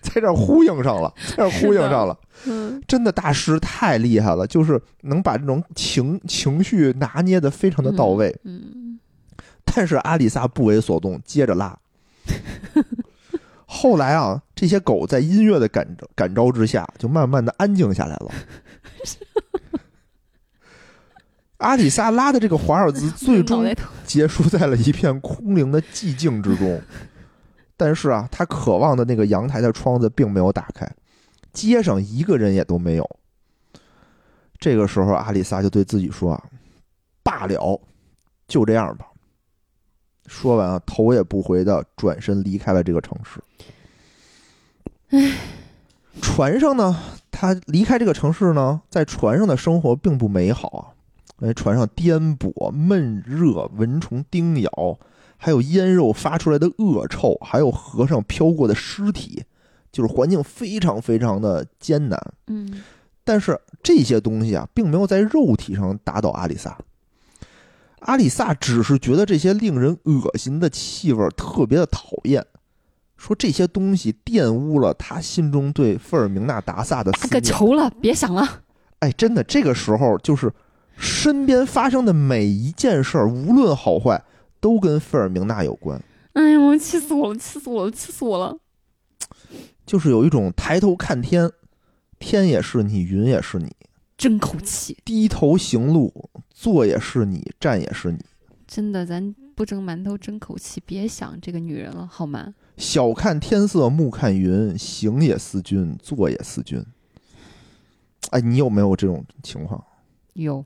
B: 在这儿呼应上了，在这儿呼应上了。
C: 嗯
B: 真的，大师太厉害了，就是能把这种情情绪拿捏的非常的到位。
C: 嗯
B: 但是阿里萨不为所动，接着拉。 后来啊，这些狗在音乐的感召感召之下，就慢慢的安静下来 了。阿里萨拉的这个华尔兹最
C: 嗯脑
B: 终
C: 袋疼
B: 结束在了一片空灵的寂静之中。但是啊，他渴望的那个阳台的窗子并没有打开，街上一个人也都没有。这个时候，阿里萨就对自己说：“啊，罢了，就这样吧。”说完啊，头也不回的转身离开了这个城市。船上呢，他离开这个城市呢，在船上的生活并不美好啊。哎，船上颠簸、闷热、蚊虫叮咬，还有腌肉发出来的恶臭，还有河上飘过的尸体，就是环境非常非常的艰难。
C: 嗯
B: 但是这些东西啊，并没有在肉体上打倒阿里萨。阿里萨只是觉得这些令人恶心的气味儿特别的讨厌，说这些东西玷污了他心中对费尔明纳达萨的
C: 那
B: 思
C: 个
B: 念。
C: 啊球了，别想了。
B: 哎，真的，这个时候就是身边发生的每一件事儿，无论好坏，都跟费尔明纳有关。
C: 哎呦，气死我了，气死我了，气死我了。
B: 就是有一种抬头看天，天也是你，云也是你；
C: 争口气，
B: 低头行路，坐也是你，站也是你。
C: 真的，咱不蒸馒头争口气，别想这个女人了，好吗？
B: 小看天色，暮看云，行也思君，坐也思君。哎，你有没有这种情况？
C: 有，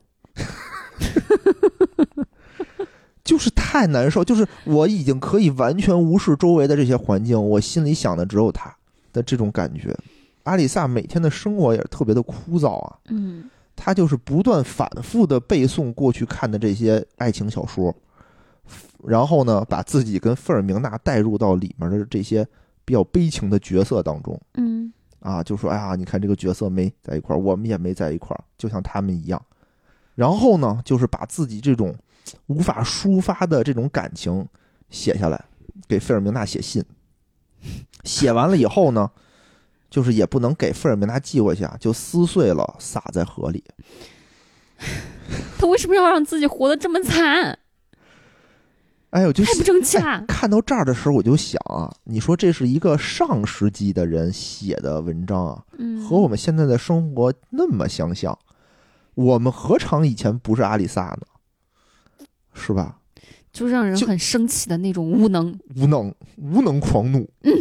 B: 就是太难受，就是我已经可以完全无视周围的这些环境，我心里想的只有他的这种感觉。阿里萨每天的生活也是特别的枯燥啊，
C: 嗯
B: 他就是不断反复的背诵过去看的这些爱情小说，然后呢，把自己跟费尔明娜带入到里面的这些比较悲情的角色当中。
C: 嗯
B: 啊，就说哎呀，你看这个角色没在一块儿，我们也没在一块儿，就像他们一样。然后呢，就是把自己这种无法抒发的这种感情写下来，给费尔明娜写信。写完了以后呢，就是也不能给费尔明娜寄回去啊，就撕碎了撒在河里。
C: 她为什么要让自己活得这么惨？
B: 哎呦，就
C: 太不争气
B: 哎
C: 了。
B: 看到这儿的时候，我就想啊，你说这是一个上世纪的人写的文章啊，
C: 嗯，
B: 和我们现在的生活那么相像，我们何尝以前不是阿里萨呢？是吧？
C: 就让人
B: 就
C: 很生气的那种无能。
B: 无能，无能狂怒，嗯，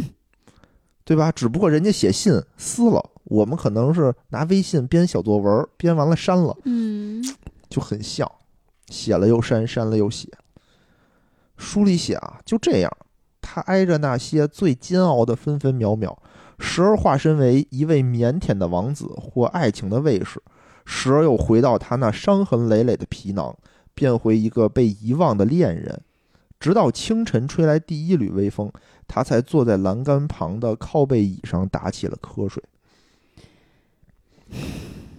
B: 对吧？只不过人家写信撕了，我们可能是拿微信编小作文，编完了删了，
C: 嗯，
B: 就很像，写了又删，删了又写。书里写啊，就这样，他挨着那些最煎熬的分分秒秒，时而化身为一位腼腆的王子或爱情的卫士，时而又回到他那伤痕累累的皮囊，变回一个被遗忘的恋人。直到清晨吹来第一缕微风，他才坐在栏杆旁的靠背椅上打起了瞌睡。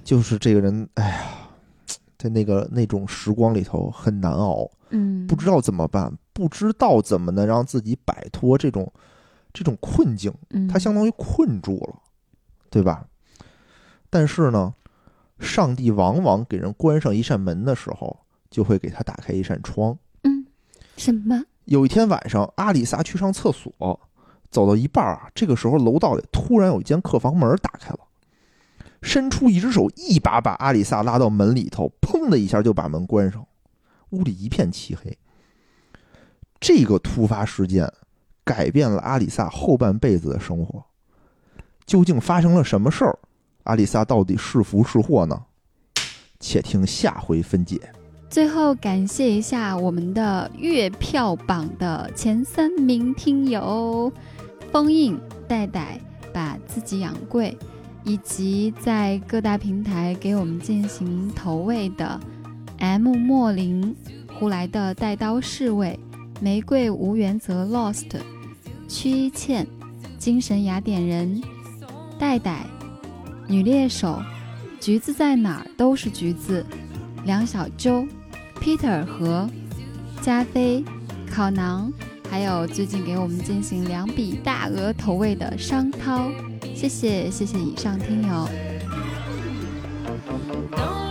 B: 就是这个人，哎呀，在那个那种时光里头很难熬，
C: 嗯，
B: 不知道怎么办，不知道怎么能让自己摆脱这种这种困境，
C: 嗯，
B: 他相当于困住了，对吧？但是呢，上帝往往给人关上一扇门的时候，就会给他打开一扇窗。
C: 嗯什么？
B: 有一天晚上，阿里萨去上厕所，走到一半儿啊，这个时候楼道里突然有一间客房门打开了，伸出一只手，一把把阿里萨拉到门里头，砰的一下就把门关上，屋里一片漆黑。这个突发事件改变了阿里萨后半辈子的生活。究竟发生了什么事儿？阿里萨到底是福是祸呢？且听下回分解。
C: 最后感谢一下我们的月票榜的前三名听友：封印、戴戴、把自己养贵，以及在各大平台给我们进行投喂的 M 莫林、胡来的带刀侍卫、玫瑰无原则 Lost、曲倩、精神雅典人、戴戴、女猎手、橘子在哪儿都是橘子。梁小周、Peter 和加菲、烤馕，还有最近给我们进行两笔大额投喂的商涛，谢谢谢谢以上听友。
A: Dans